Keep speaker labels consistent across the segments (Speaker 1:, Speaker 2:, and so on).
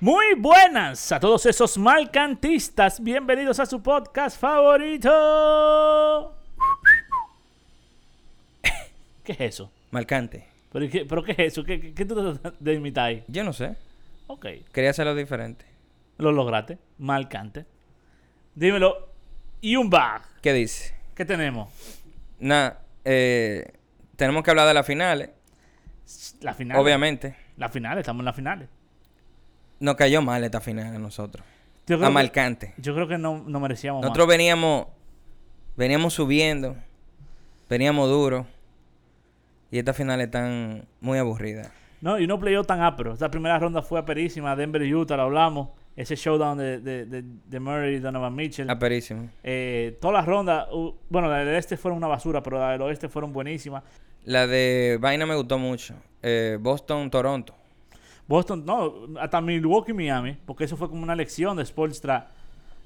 Speaker 1: Muy buenas a todos esos malcantistas. Bienvenidos a su podcast favorito. ¿Qué es eso?
Speaker 2: Marcante.
Speaker 1: ¿Pero qué, pero qué es eso? ¿Qué, qué, qué tú tratas de imitar ahí?
Speaker 2: Yo no sé.
Speaker 1: Ok,
Speaker 2: Quería hacerlo diferente.
Speaker 1: lo lograste. Malcante. Dímelo. Y un bag.
Speaker 2: ¿Qué dice?
Speaker 1: ¿Qué tenemos?
Speaker 2: Nada, eh, tenemos que hablar de las finales,
Speaker 1: La final.
Speaker 2: obviamente.
Speaker 1: La final, estamos en la final.
Speaker 2: Nos cayó mal esta final a nosotros.
Speaker 1: Yo
Speaker 2: A
Speaker 1: creo, que,
Speaker 2: Marcante.
Speaker 1: yo creo que no, no merecíamos más.
Speaker 2: Nosotros veníamos, veníamos subiendo, veníamos duro. Y estas finales están muy aburridas.
Speaker 1: No, y no playoff tan apro. Esta primera ronda fue aperísima. Denver y Utah, lo hablamos. Ese showdown de, de, de, de Murray y Donovan Mitchell.
Speaker 2: Ah, Aperísimo.
Speaker 1: Eh, todas las rondas, u- bueno, la del este fueron una basura, pero la del oeste fueron buenísimas.
Speaker 2: La de Vaina me gustó mucho. Eh, Boston, Toronto.
Speaker 1: Boston, no, hasta Milwaukee y Miami, porque eso fue como una lección de Sportstra.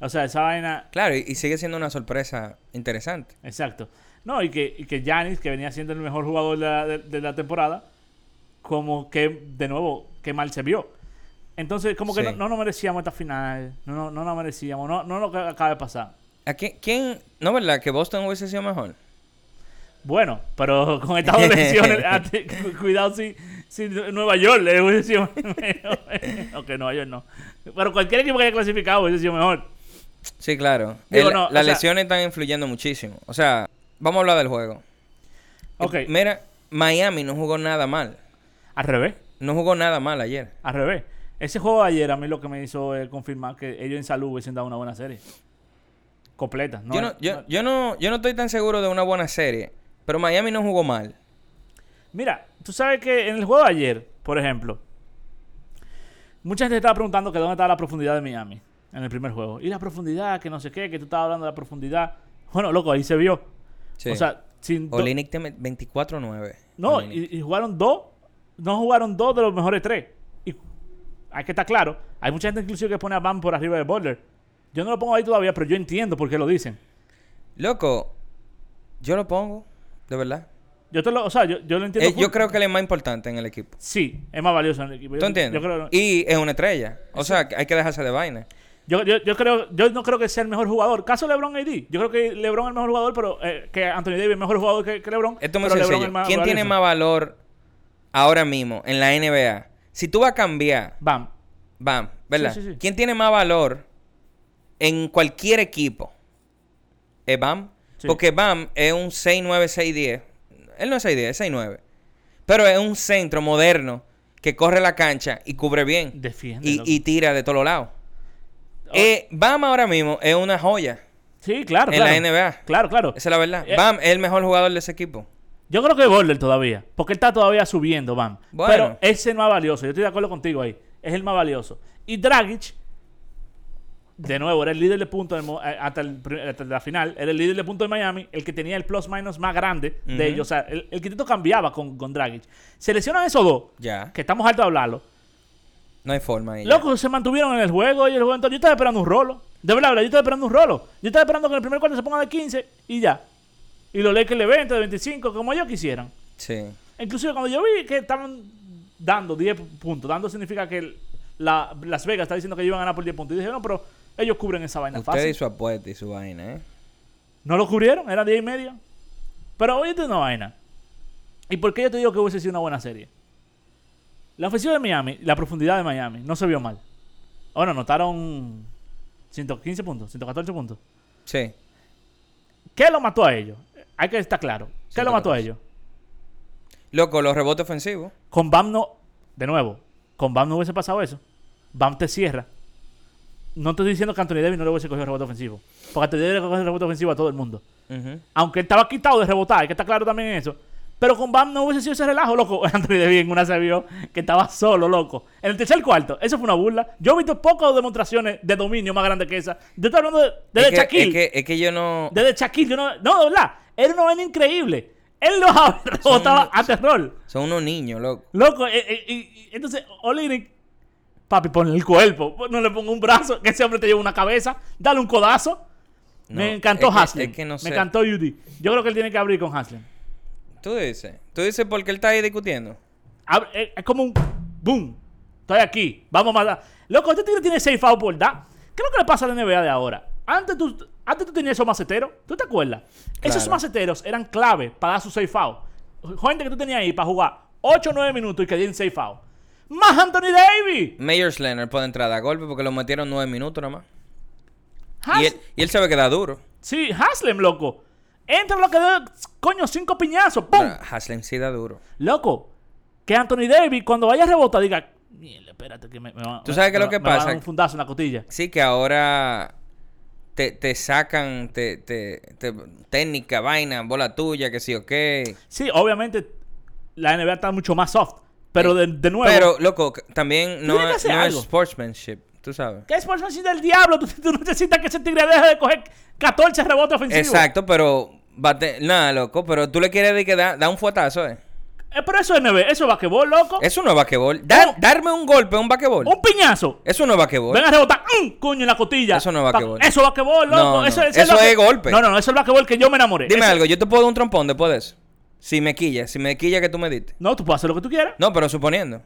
Speaker 1: O sea, esa vaina,
Speaker 2: Claro, y, y sigue siendo una sorpresa interesante.
Speaker 1: exacto. No, y que, y que Giannis, que venía siendo el mejor jugador de la, de- de la temporada, como que, de nuevo, que mal se vio. Entonces, como que
Speaker 2: Sí.
Speaker 1: no, no nos merecíamos esta final, no, no, no nos merecíamos, no, no lo que acaba de pasar.
Speaker 2: ¿A quién, quién? ¿No verdad que Boston hubiese sido mejor?
Speaker 1: Bueno, pero con estas dos lesiones, ate- cu- cuidado si, si Nueva York le hubiese sido mejor. ok, Nueva York no. Pero cualquier equipo que haya clasificado hubiese sido mejor.
Speaker 2: Sí, claro.
Speaker 1: Digo,
Speaker 2: El-
Speaker 1: no, o
Speaker 2: las
Speaker 1: sea-
Speaker 2: lesiones están influyendo muchísimo. O sea, vamos a hablar del juego.
Speaker 1: Ok,
Speaker 2: Eh, Mira, Miami no jugó nada mal.
Speaker 1: al revés,
Speaker 2: No jugó nada mal ayer.
Speaker 1: al revés. Ese juego de ayer a mí lo que me hizo eh, confirmar que ellos en salud hubiesen dado una buena serie. Completa. No,
Speaker 2: yo, no, yo, yo no, yo no estoy tan seguro de una buena serie, pero Miami no jugó mal.
Speaker 1: Mira, tú sabes que en el juego de ayer, por ejemplo, mucha gente estaba preguntando que dónde estaba la profundidad de Miami en el primer juego. Y la profundidad, que no sé qué, que tú estabas hablando de la profundidad. Bueno, loco, ahí se vio.
Speaker 2: Sí.
Speaker 1: O sea, sin do-
Speaker 2: Olynyk te met- 24-9.
Speaker 1: no,
Speaker 2: Olynyk.
Speaker 1: y, y jugaron dos, no jugaron dos de los mejores tres. Y hay que estar claro, hay mucha gente inclusive que pone a Bam por arriba de Butler. Yo no lo pongo ahí todavía, pero yo entiendo por qué lo dicen.
Speaker 2: Loco, yo lo pongo, de verdad.
Speaker 1: Yo te lo, o sea, yo, yo lo entiendo.
Speaker 2: Eh, yo
Speaker 1: full.
Speaker 2: creo que él es más importante en el equipo.
Speaker 1: sí, es más valioso en el equipo.
Speaker 2: ¿Tú
Speaker 1: Yo-
Speaker 2: entiendes?
Speaker 1: Yo creo,
Speaker 2: Y es una estrella. O sea, que hay que dejarse de vaina.
Speaker 1: Yo, yo, yo creo, yo no creo que sea el mejor jugador. Caso LeBron AD. Yo creo que LeBron es el mejor jugador, pero eh, que Anthony Davis es mejor jugador que, que LeBron.
Speaker 2: Esto es muy
Speaker 1: pero LeBron
Speaker 2: sencillo.
Speaker 1: es más
Speaker 2: ¿Quién tiene
Speaker 1: valioso.
Speaker 2: más valor ahora mismo en la NBA? Si tú vas a cambiar,
Speaker 1: Bam.
Speaker 2: bam, ¿verdad?
Speaker 1: Sí, sí, sí.
Speaker 2: ¿Quién tiene más valor en cualquier equipo? ¿Es Bam?
Speaker 1: Sí.
Speaker 2: Porque Bam es un 6-9, 6-10. Él no es 6-10, es 6-9. Pero es un centro moderno que corre la cancha y cubre bien.
Speaker 1: Defiende.
Speaker 2: Y,
Speaker 1: loco.
Speaker 2: y tira de todos lados.
Speaker 1: Oh,
Speaker 2: Eh, Bam ahora mismo es una joya
Speaker 1: sí, claro.
Speaker 2: en
Speaker 1: claro.
Speaker 2: la NBA.
Speaker 1: Claro, claro.
Speaker 2: Esa es la verdad.
Speaker 1: Eh,
Speaker 2: Bam es el mejor jugador de ese equipo.
Speaker 1: Yo creo que Boulder todavía, porque él está todavía subiendo, Bam.
Speaker 2: Bueno.
Speaker 1: Pero es el más valioso, yo estoy de acuerdo contigo ahí. Es el más valioso. Y Dragic, de nuevo, era el líder de puntos del mo- eh, hasta, el pri- hasta la final, era el líder de puntos de Miami, el que tenía el plus minus más grande
Speaker 2: Ujú.
Speaker 1: de ellos. O sea, el, el quinteto cambiaba con, con Dragic. Se lesionan esos dos,
Speaker 2: Ya.
Speaker 1: que estamos hartos de hablarlo.
Speaker 2: No hay forma ahí.
Speaker 1: Loco, se mantuvieron en el juego y el juego entonces. Yo estaba esperando un rolo. De verdad, de verdad, yo estaba esperando un rolo. Yo estaba esperando que en el primer cuarto se ponga de 15 y ya. Y los Lakers de 20, de 25, como ellos quisieran.
Speaker 2: Sí.
Speaker 1: Inclusive cuando yo vi que estaban dando 10 puntos, dando significa que el- la, Las Vegas está diciendo que iban a ganar por 10 puntos. Y dije, no, pero ellos cubren esa vaina
Speaker 2: Usted
Speaker 1: fácil.
Speaker 2: y su apuesta y su vaina, ¿eh?
Speaker 1: No lo cubrieron, era 10 y medio. Pero oye, una vaina. ¿Y por qué yo te digo que hubiese sido una buena serie? La ofensiva de Miami, la profundidad de Miami, no se vio mal. Bueno, anotaron 115 puntos, 114 puntos.
Speaker 2: Sí.
Speaker 1: ¿Qué lo mató a ellos? Hay que estar claro. ¿Qué lo mató a
Speaker 2: 114.
Speaker 1: ellos?
Speaker 2: Loco, los rebotes ofensivos.
Speaker 1: Con BAM no. De nuevo, con BAM no hubiese pasado eso. BAM te cierra. No te estoy diciendo que Anthony Davis no le hubiese cogido el rebote ofensivo. Porque Anthony Davis le cogió el rebote ofensivo a todo el mundo.
Speaker 2: Ujú.
Speaker 1: Aunque él estaba quitado de rebotar, hay que está claro también en eso. Pero con BAM no hubiese sido ese relajo, loco. Anthony Davis en una se vio que estaba solo, loco. En el tercer cuarto, eso fue una burla. Yo he visto pocas demostraciones de dominio más grandes que esa. Yo estoy hablando de, de,
Speaker 2: es,
Speaker 1: de
Speaker 2: que,
Speaker 1: Shaquille.
Speaker 2: es, que, es que yo no.
Speaker 1: Desde Shaquille, yo no. No, de verdad. Era una vaina increíble. Él los rebotaba a terror.
Speaker 2: Son unos niños, loco.
Speaker 1: Loco, eh, eh, y- y- entonces Olinik, papi, ponle el cuerpo, no le ponga un brazo, que ese hombre te lleva una cabeza, dale un codazo.
Speaker 2: No,
Speaker 1: me encantó
Speaker 2: es que-
Speaker 1: Haslem,
Speaker 2: es que no sé.
Speaker 1: me encantó Judy. Yo creo que él tiene que abrir con Haslem.
Speaker 2: Tú dices. Tú dices porque él está ahí discutiendo.
Speaker 1: Ab- eh, Es como un boom, Estoy aquí. Vamos a matar. Loco, este tigre tiene safe out por dar. ¿Qué es lo que le pasa a la NBA de ahora? Antes tú, antes tú tenías esos maceteros. ¿Tú te acuerdas? Esos
Speaker 2: Claro.
Speaker 1: maceteros eran clave para dar su safe out. Gente que tú tenías ahí para jugar 8 o 9 minutos y que dieron safe out. Más Anthony Davis.
Speaker 2: Meyers Leonard puede entrar a golpe porque lo metieron nueve minutos nada más.
Speaker 1: Has-
Speaker 2: Y él, y él sabe que da duro.
Speaker 1: Sí, Haslem, loco. Entra lo que da, coño, cinco piñazos. ¡Pum!
Speaker 2: Pero Haslem sí da duro.
Speaker 1: Loco, que Anthony Davis cuando vaya a rebotar diga, mierda, espérate que me, me va
Speaker 2: ¿Tú sabes qué es lo
Speaker 1: me-
Speaker 2: que
Speaker 1: me va a
Speaker 2: pasa?
Speaker 1: dar un fundazo en la cotilla.
Speaker 2: Sí, que ahora te, te sacan te, te- te- técnica, vaina, bola tuya, que sí o qué.
Speaker 1: Sí, obviamente la NBA está mucho más soft, pero de, de nuevo,
Speaker 2: Pero, loco, c- también no,
Speaker 1: tienes que
Speaker 2: es,
Speaker 1: hacer
Speaker 2: no es
Speaker 1: algo.
Speaker 2: sportsmanship, tú sabes.
Speaker 1: ¿qué es por del diablo? Tú, tú necesitas que ese tigre deje de coger 14 rebotes ofensivos.
Speaker 2: Exacto, pero bate- nada, loco, pero tú le quieres decir que da, da un fuetazo, eh.
Speaker 1: Eh, pero eso es NBA, eso es basquetbol, loco.
Speaker 2: Eso no es basquetbol. Da-
Speaker 1: No.
Speaker 2: darme un golpe a un basquetbol.
Speaker 1: Un piñazo.
Speaker 2: Eso no es basquetbol.
Speaker 1: Ven a rebotar, ¡mm! coño, en la cotilla.
Speaker 2: Eso no es basquetbol.
Speaker 1: Pa- Eso es basquetbol, loco.
Speaker 2: No, no.
Speaker 1: Eso,
Speaker 2: Eso
Speaker 1: basque-
Speaker 2: es golpe.
Speaker 1: No, no, no, eso es el basquetbol que yo me enamoré.
Speaker 2: Dime
Speaker 1: Ese-
Speaker 2: algo, yo te puedo dar un trompón después de eso. Si me quilla, si me quilla que tú me diste.
Speaker 1: No, tú puedes hacer lo que tú quieras.
Speaker 2: No, pero suponiendo.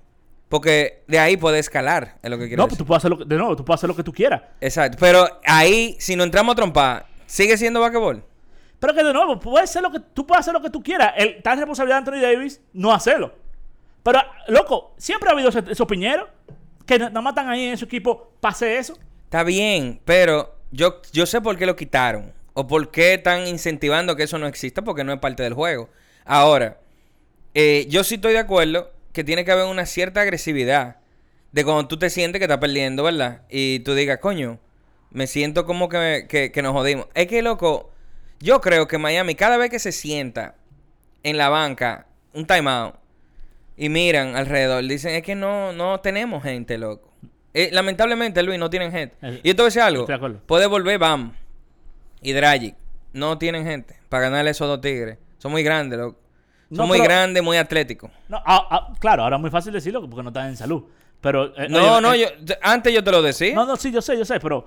Speaker 2: Porque de ahí puede escalar, es lo que quiero
Speaker 1: No, pues
Speaker 2: decir.
Speaker 1: tú puedes hacer lo que, de nuevo, tú puedes hacer lo que tú quieras.
Speaker 2: Exacto. Pero ahí, si no entramos a trompar, ¿sigue siendo basquetbol?
Speaker 1: Pero que de nuevo, puede ser lo que, tú puedes hacer lo que tú quieras. El, está en responsabilidad de Anthony Davis no hacerlo. Pero, loco, siempre ha habido ese- esos piñeros que na- nada más están ahí en su equipo, pase eso.
Speaker 2: Está bien, pero yo, yo sé por qué lo quitaron. O por qué están incentivando que eso no exista, porque no es parte del juego. Ahora, eh, yo sí estoy de acuerdo que tiene que haber una cierta agresividad. De cuando tú te sientes que estás perdiendo, ¿verdad? Y tú digas, coño, me siento como que, que, que nos jodimos. Es que, loco, yo creo que Miami, cada vez que se sienta en la banca, un timeout, y miran alrededor, dicen, es que no, no tenemos gente, loco. Eh, lamentablemente, Luis, no tienen gente.
Speaker 1: Eh,
Speaker 2: Y yo te voy a decir algo.
Speaker 1: estoy de acuerdo.
Speaker 2: Puede volver Bam y Dragic. No tienen gente para ganarle a esos dos tigres. Son muy grandes, loco. Son
Speaker 1: No,
Speaker 2: muy
Speaker 1: pero-
Speaker 2: grandes, muy atléticos.
Speaker 1: No, ah, ah, claro, ahora es muy fácil decirlo porque no están en salud. Pero, eh,
Speaker 2: No,
Speaker 1: oye,
Speaker 2: no,
Speaker 1: eh,
Speaker 2: yo, yo- antes yo te lo decía.
Speaker 1: No, no, sí, yo sé, yo sé, pero.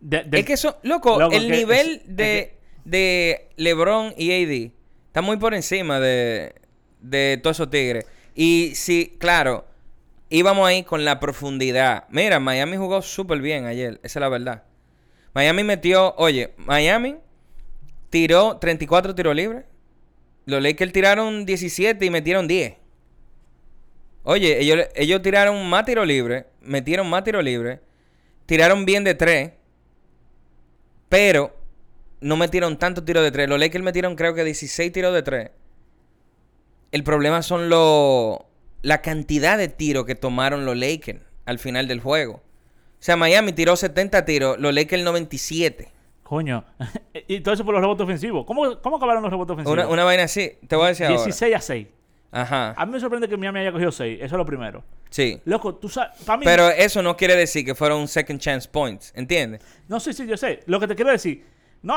Speaker 1: de- de-
Speaker 2: es que eso, loco,
Speaker 1: Loco,
Speaker 2: el
Speaker 1: que-
Speaker 2: nivel
Speaker 1: es-
Speaker 2: de,
Speaker 1: es
Speaker 2: de LeBron y AD está muy por encima de, de todos esos tigres. Y sí, claro, íbamos ahí con la profundidad. Mira, Miami jugó súper bien ayer, esa es la verdad. Miami metió, oye, Miami tiró 34 tiros libres. Los Lakers tiraron 17 y metieron 10. Oye, ellos, ellos tiraron más tiro libre, metieron más tiro libre, tiraron bien de 3, pero no metieron tantos tiros de 3. Los Lakers metieron creo que 16 tiros de 3. El problema son los la cantidad de tiros que tomaron los Lakers al final del juego. O sea, Miami tiró 70 tiros, los Lakers 97.
Speaker 1: Coño. y todo eso por los rebotes ofensivos. ¿Cómo, cómo acabaron los rebotes ofensivos?
Speaker 2: Una, una vaina así, te voy a decir
Speaker 1: 16 a 6.
Speaker 2: ahora. Ajá.
Speaker 1: A mí me sorprende que Miami haya cogido 6. Eso es lo primero.
Speaker 2: Sí.
Speaker 1: Loco, tú sabes. Para mí.
Speaker 2: Pero eso no quiere decir que fueron second chance points, ¿entiendes?
Speaker 1: No, sí, sí, yo sé. Lo que te quiero decir, no,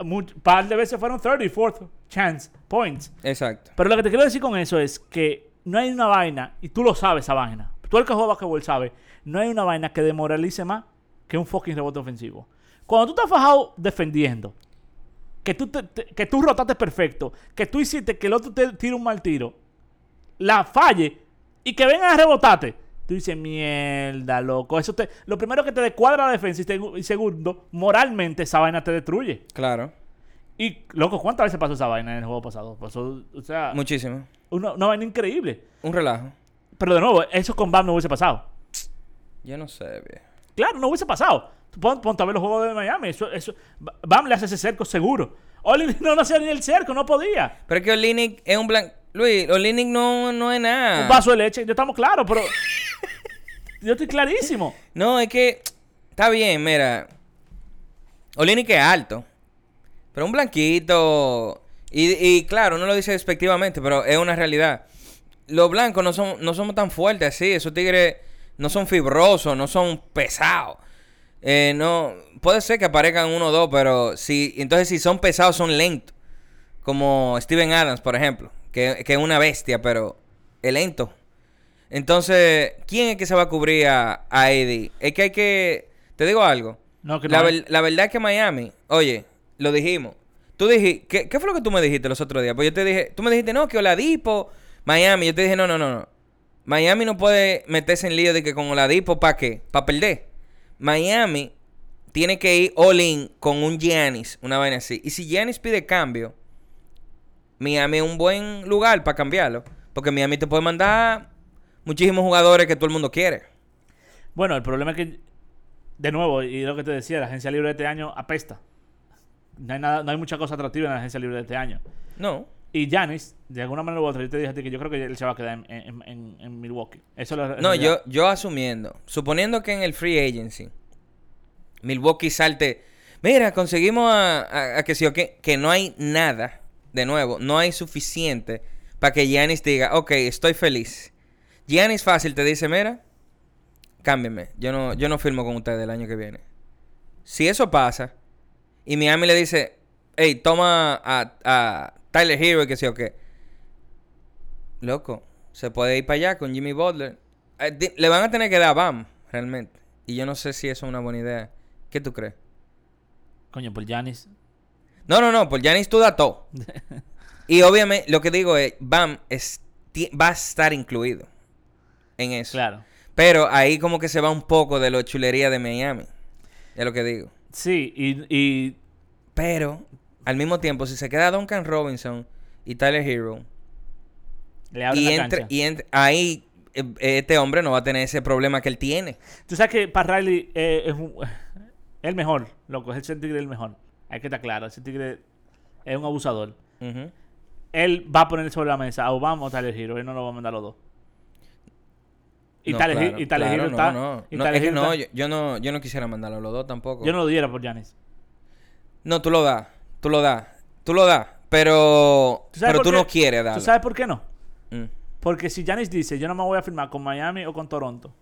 Speaker 1: un par de veces fueron 34 chance points.
Speaker 2: Exacto.
Speaker 1: Pero lo que te quiero decir con eso es que no hay una vaina, y tú lo sabes esa vaina, tú el que juega basquetbol sabe, no hay una vaina que demoralice más que un fucking rebote ofensivo. Cuando tú estás fajado defendiendo, que tú, te- te- que tú rotaste perfecto, que tú hiciste que el otro te tire un mal tiro, la falle y que vengan a rebotarte. Tú dices, mierda, loco. Eso te, lo primero que te descuadra la defensa y, te- y segundo, moralmente esa vaina te destruye.
Speaker 2: Claro.
Speaker 1: Y, loco, ¿cuántas veces pasó esa vaina en el juego pasado? Pasó, o sea,
Speaker 2: Muchísimo.
Speaker 1: una, una vaina increíble.
Speaker 2: Un relajo.
Speaker 1: Pero de nuevo, eso con Bam no hubiese pasado.
Speaker 2: Yo no sé, viejo.
Speaker 1: Claro, no hubiese pasado. Tú pon- Ponte a ver los juegos de Miami. Eso, eso, Ba- Bam le hace ese cerco seguro. Olin no, no hacía ni el cerco, no podía.
Speaker 2: Pero es que Olinic es un blanco. Luis, Olinic no, no es nada.
Speaker 1: Un vaso de leche, yo estamos claros, pero. yo estoy clarísimo.
Speaker 2: No, es que. Está bien, mira. Olinic es alto. Pero un blanquito. Y, y claro, no lo dice despectivamente, pero es una realidad. Los blancos no, son, no somos tan fuertes así. Esos tigres no son fibrosos, no son pesados. Eh, no, puede ser que aparezcan uno o dos, pero si, entonces si son pesados, son lentos. Como Steven Adams, por ejemplo, que, que es una bestia, pero es lento. Entonces, ¿quién es que se va a cubrir a, a AD? Es que hay que... Te digo algo.
Speaker 1: No, que
Speaker 2: la,
Speaker 1: no
Speaker 2: ver- la verdad es que Miami, oye, lo dijimos. Tú dijiste, ¿qué, qué fue lo que tú me dijiste los otros días? Pues yo te dije, tú me dijiste, no, que Oladipo, Miami. Yo te dije, no, no, no, no. Miami no puede meterse en lío de que con Oladipo, ¿para qué? ¿Para perder? Miami tiene que ir all in con un Giannis, una vaina así. Y si Giannis pide cambio, Miami es un buen lugar para cambiarlo. Porque Miami te puede mandar muchísimos jugadores que todo el mundo quiere.
Speaker 1: Bueno, el problema es que, de nuevo, y lo que te decía, la agencia libre de este año apesta. No hay, nada, no hay mucha cosa atractiva en la agencia libre de este año.
Speaker 2: No.
Speaker 1: Y Janis, de alguna manera u otra, yo te dije a ti que yo creo que él se va a quedar en, en- en- en Milwaukee. Eso es la
Speaker 2: No,
Speaker 1: realidad.
Speaker 2: yo, yo asumiendo, suponiendo que en el free agency Milwaukee salte, mira, conseguimos a, a- a que si o que, que no hay nada, de nuevo, no hay suficiente para que Giannis diga, ok, estoy feliz. Giannis fácil te dice, mira, cámbienme, yo no, yo no firmo con ustedes el año que viene. Si eso pasa, y Miami le dice, hey, toma a, a Tyler Hero y que sí o qué. Loco, se puede ir para allá con Jimmy Butler. Eh, di- Le van a tener que dar a Bam, realmente. Y yo no sé si eso es una buena idea. ¿Qué tú crees?
Speaker 1: Coño, pues por Janis.
Speaker 2: No, no, no, por Giannis tú da todo. y obviamente, lo que digo es, Bam es- ti- va a estar incluido en eso.
Speaker 1: Claro.
Speaker 2: Pero ahí como que se va un poco de lo chulería de Miami. Es lo que digo.
Speaker 1: Sí, y, y
Speaker 2: Pero, al mismo tiempo, si se queda Duncan Robinson y Tyler Hero,
Speaker 1: le abren
Speaker 2: y,
Speaker 1: la
Speaker 2: entre,
Speaker 1: cancha.
Speaker 2: y entre- ahí eh, este hombre no va a tener ese problema que él tiene.
Speaker 1: Tú sabes que para Riley eh, es un- el mejor, loco. Es el tigre el mejor. Hay que estar claro. Ese tigre es un abusador.
Speaker 2: Ujú.
Speaker 1: Él va a poner sobre la mesa a Obama o Tyler Hero. Él no lo va a mandar los dos. Y
Speaker 2: No,
Speaker 1: Tyler Hero-
Speaker 2: claro,
Speaker 1: y Tyler
Speaker 2: claro,
Speaker 1: Hero
Speaker 2: no,
Speaker 1: está.
Speaker 2: no.
Speaker 1: y
Speaker 2: No,
Speaker 1: Tyler
Speaker 2: es que
Speaker 1: Hero
Speaker 2: no,
Speaker 1: está-
Speaker 2: yo, yo no, yo no quisiera mandarlo a los dos tampoco.
Speaker 1: yo no lo diera por Giannis.
Speaker 2: No, tú lo das, tú lo das, tú lo das, pero
Speaker 1: ¿Tú sabes
Speaker 2: pero
Speaker 1: por
Speaker 2: tú
Speaker 1: qué?
Speaker 2: no quieres
Speaker 1: ¿Tú
Speaker 2: darlo.
Speaker 1: sabes por qué no?
Speaker 2: Mm.
Speaker 1: Porque si Giannis dice, yo no me voy a firmar con Miami o con Toronto,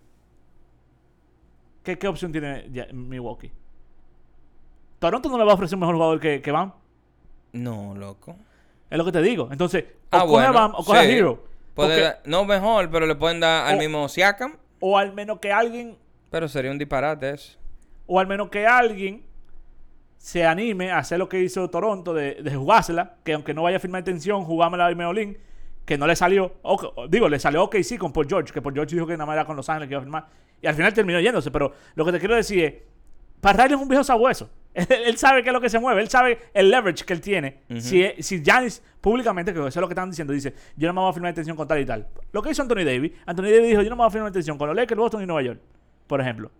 Speaker 1: ¿qué, qué opción tiene ya- Milwaukee? Toronto no le va a ofrecer un mejor jugador que, que Bam.
Speaker 2: No, loco.
Speaker 1: Es lo que te digo. Entonces, o
Speaker 2: Ah,
Speaker 1: coge
Speaker 2: bueno,
Speaker 1: a Bam o coge
Speaker 2: sí.
Speaker 1: a Hero.
Speaker 2: Puede
Speaker 1: Porque-
Speaker 2: dar- no mejor, pero le pueden dar al
Speaker 1: O-
Speaker 2: mismo Siakam,
Speaker 1: o al menos que alguien,
Speaker 2: pero sería un disparate eso.
Speaker 1: o al menos que alguien se anime a hacer lo que hizo Toronto de, de jugársela, que aunque no vaya a firmar intención, jugámosla a Meolín, que no le salió, ok- o- digo, le salió ok sí con Paul George, que Paul George dijo que nada más era con Los Ángeles que iba a firmar, y al final terminó yéndose, pero lo que te quiero decir es, Parral es un viejo sabueso, él, él sabe qué es lo que se mueve, él sabe el leverage que él tiene, si es- si Giannis públicamente, que eso es lo que están diciendo, dice, yo no me voy a firmar intención con tal y tal, lo que hizo Anthony Davis, Anthony Davis dijo, yo no me voy a firmar intención con los Lakers, Boston y Nueva York, por ejemplo.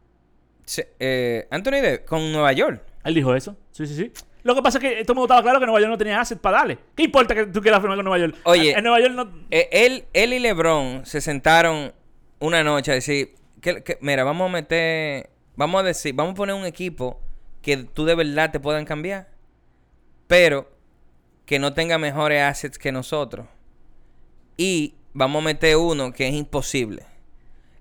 Speaker 2: Se- eh, Anthony Davis con Nueva York.
Speaker 1: Él dijo eso. Sí, sí, sí. Lo que pasa es que todo el mundo estaba claro que Nueva York no tenía asset para darle. ¿Qué importa que tú quieras firmar con Nueva York?
Speaker 2: Oye.
Speaker 1: En Nueva York no.
Speaker 2: Eh, él, él y LeBron se sentaron una noche a decir, que, que- mira, vamos a meter, vamos a decir, vamos a poner un equipo que tú de verdad te puedan cambiar, pero que no tenga mejores assets que nosotros. Y vamos a meter uno que es imposible.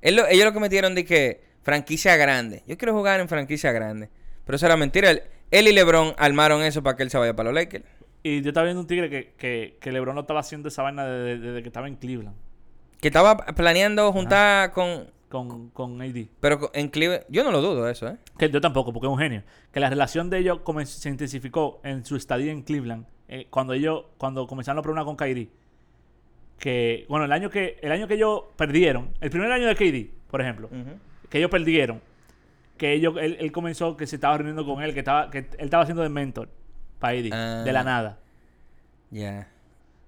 Speaker 2: Él lo- ellos lo que metieron de que franquicia grande. Yo quiero jugar en franquicia grande. Pero eso era mentira. Él, él y LeBron armaron eso para que él se vaya para los Lakers.
Speaker 1: Y yo estaba viendo un tigre que, que, que LeBron no estaba haciendo esa vaina desde, desde que estaba en Cleveland
Speaker 2: Que estaba planeando juntar con
Speaker 1: con, con AD.
Speaker 2: Pero co- en Cleveland, yo no lo dudo eso, ¿eh?
Speaker 1: Que yo tampoco, porque es un genio. Que la relación de ellos comen- se intensificó en su estadía en Cleveland. eh, cuando ellos, cuando comenzaron los problemas con Kyrie. Que, bueno, el año que, el año que ellos perdieron, el primer año de Kyrie, por ejemplo, que ellos perdieron, que ellos, él, él comenzó que se estaba reuniendo con él, que estaba, que él estaba haciendo de mentor para Eddie,
Speaker 2: Ah.
Speaker 1: de la nada.
Speaker 2: Ya,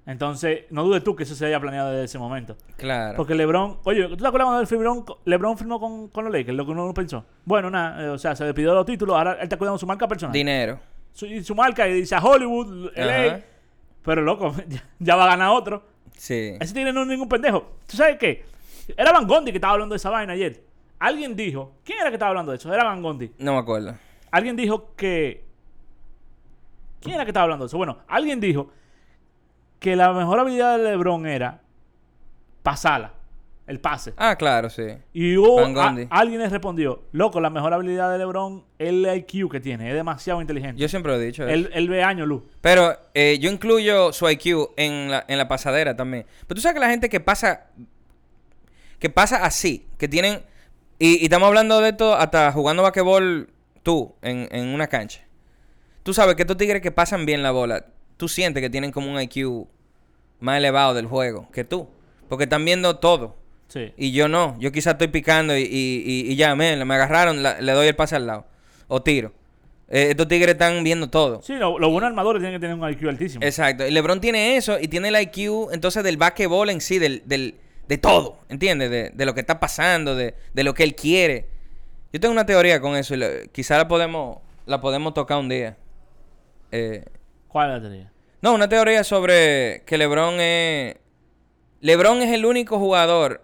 Speaker 1: Entonces, no dudes tú que eso se haya planeado desde ese momento.
Speaker 2: claro.
Speaker 1: Porque LeBron, oye, ¿tú te acuerdas cuando él firmó- LeBron firmó con, con los Lakers? Lo que uno no pensó. Bueno, nada, eh, o sea, se despidió de los títulos, ahora él está cuidando su marca personal.
Speaker 2: Dinero.
Speaker 1: su, y su marca y dice a Hollywood, LA.
Speaker 2: Ajá.
Speaker 1: Pero loco, ya, ya va a ganar otro.
Speaker 2: Sí.
Speaker 1: Ese tigre no es ningún pendejo. ¿Tú sabes qué? Era Van Gondi que estaba hablando de esa vaina ayer. Alguien dijo, ¿quién era que estaba hablando de eso? Era Van Gondi.
Speaker 2: No me acuerdo.
Speaker 1: Alguien dijo que. ¿Quién era que estaba hablando de eso? Bueno, alguien dijo que la mejor habilidad de LeBron era pasarla, el pase.
Speaker 2: Ah, claro, sí.
Speaker 1: Y hubo-
Speaker 2: Van Gundy.
Speaker 1: a- alguien le respondió: Loco, la mejor habilidad de LeBron es el IQ que tiene, es demasiado inteligente.
Speaker 2: Yo siempre lo he dicho. eso.
Speaker 1: él, él ve años luz.
Speaker 2: Pero eh, yo incluyo su IQ en la, en la pasadera también. Pero tú sabes que la gente que pasa. Que pasa así. Que tienen. Y, y estamos hablando de esto hasta jugando basquetbol tú en, en una cancha. Tú sabes que estos tigres que pasan bien la bola. Tú sientes que tienen como un IQ más elevado del juego que tú. Porque están viendo todo.
Speaker 1: Sí.
Speaker 2: Y yo no. Yo quizás estoy picando y, y- y- y ya, men, me agarraron, la- le doy el pase al lado. O tiro. Eh, estos tigres están viendo todo.
Speaker 1: Sí, lo- los buenos armadores tienen que tener un IQ altísimo.
Speaker 2: Exacto. Y LeBron tiene eso y tiene el IQ entonces del basquetbol en sí, del, del- de todo, ¿entiendes? De, de lo que está pasando, de, de lo que él quiere. Yo tengo una teoría con eso y la- quizá la podemos, la podemos tocar un día. Eh,
Speaker 1: ¿Cuál es la teoría?
Speaker 2: no, una teoría sobre que LeBron es... LeBron es el único jugador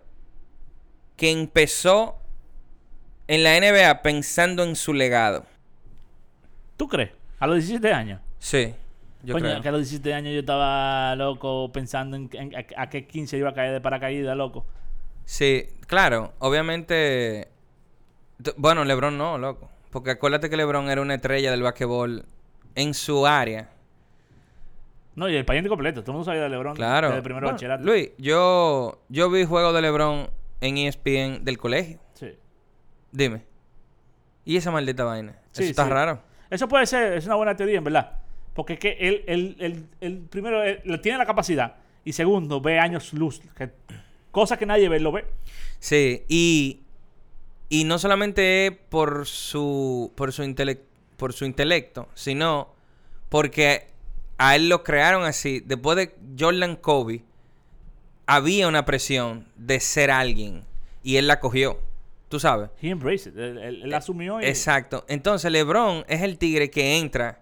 Speaker 2: que empezó en la NBA pensando en su legado.
Speaker 1: ¿Tú crees? A los 17 años.
Speaker 2: Sí, yo
Speaker 1: Coño,
Speaker 2: creo.
Speaker 1: que a los 17 años yo estaba loco pensando en, en- a, a qué 15 iba a caer de paracaídas, loco.
Speaker 2: Sí, claro, obviamente. t- Bueno, LeBron no, loco. Porque acuérdate que LeBron era una estrella del basquetbol en su área.
Speaker 1: No, y el pariente completo. Todo el mundo sabía de LeBron
Speaker 2: Claro.
Speaker 1: desde el primero
Speaker 2: Bueno,
Speaker 1: bachillerato.
Speaker 2: Luis, yo, yo vi juegos de LeBron en E ESPN del colegio.
Speaker 1: Sí.
Speaker 2: Dime. ¿Y esa maldita vaina?
Speaker 1: Sí,
Speaker 2: Eso está
Speaker 1: sí.
Speaker 2: raro.
Speaker 1: Eso puede ser, es una buena teoría, en verdad. Porque es que él, él- él- él, primero, él- él tiene la capacidad. Y segundo, ve años luz. que- cosas que nadie ve, lo ve.
Speaker 2: Sí, y, y no solamente es por su, por, su intele- por su intelecto, sino porque a él lo crearon así. Después de Jordan Kobe, había una presión de ser alguien y él la cogió, tú sabes.
Speaker 1: He embraced it. Él, él- él asumió y...
Speaker 2: Eh, Exacto. Entonces LeBron es el tigre que entra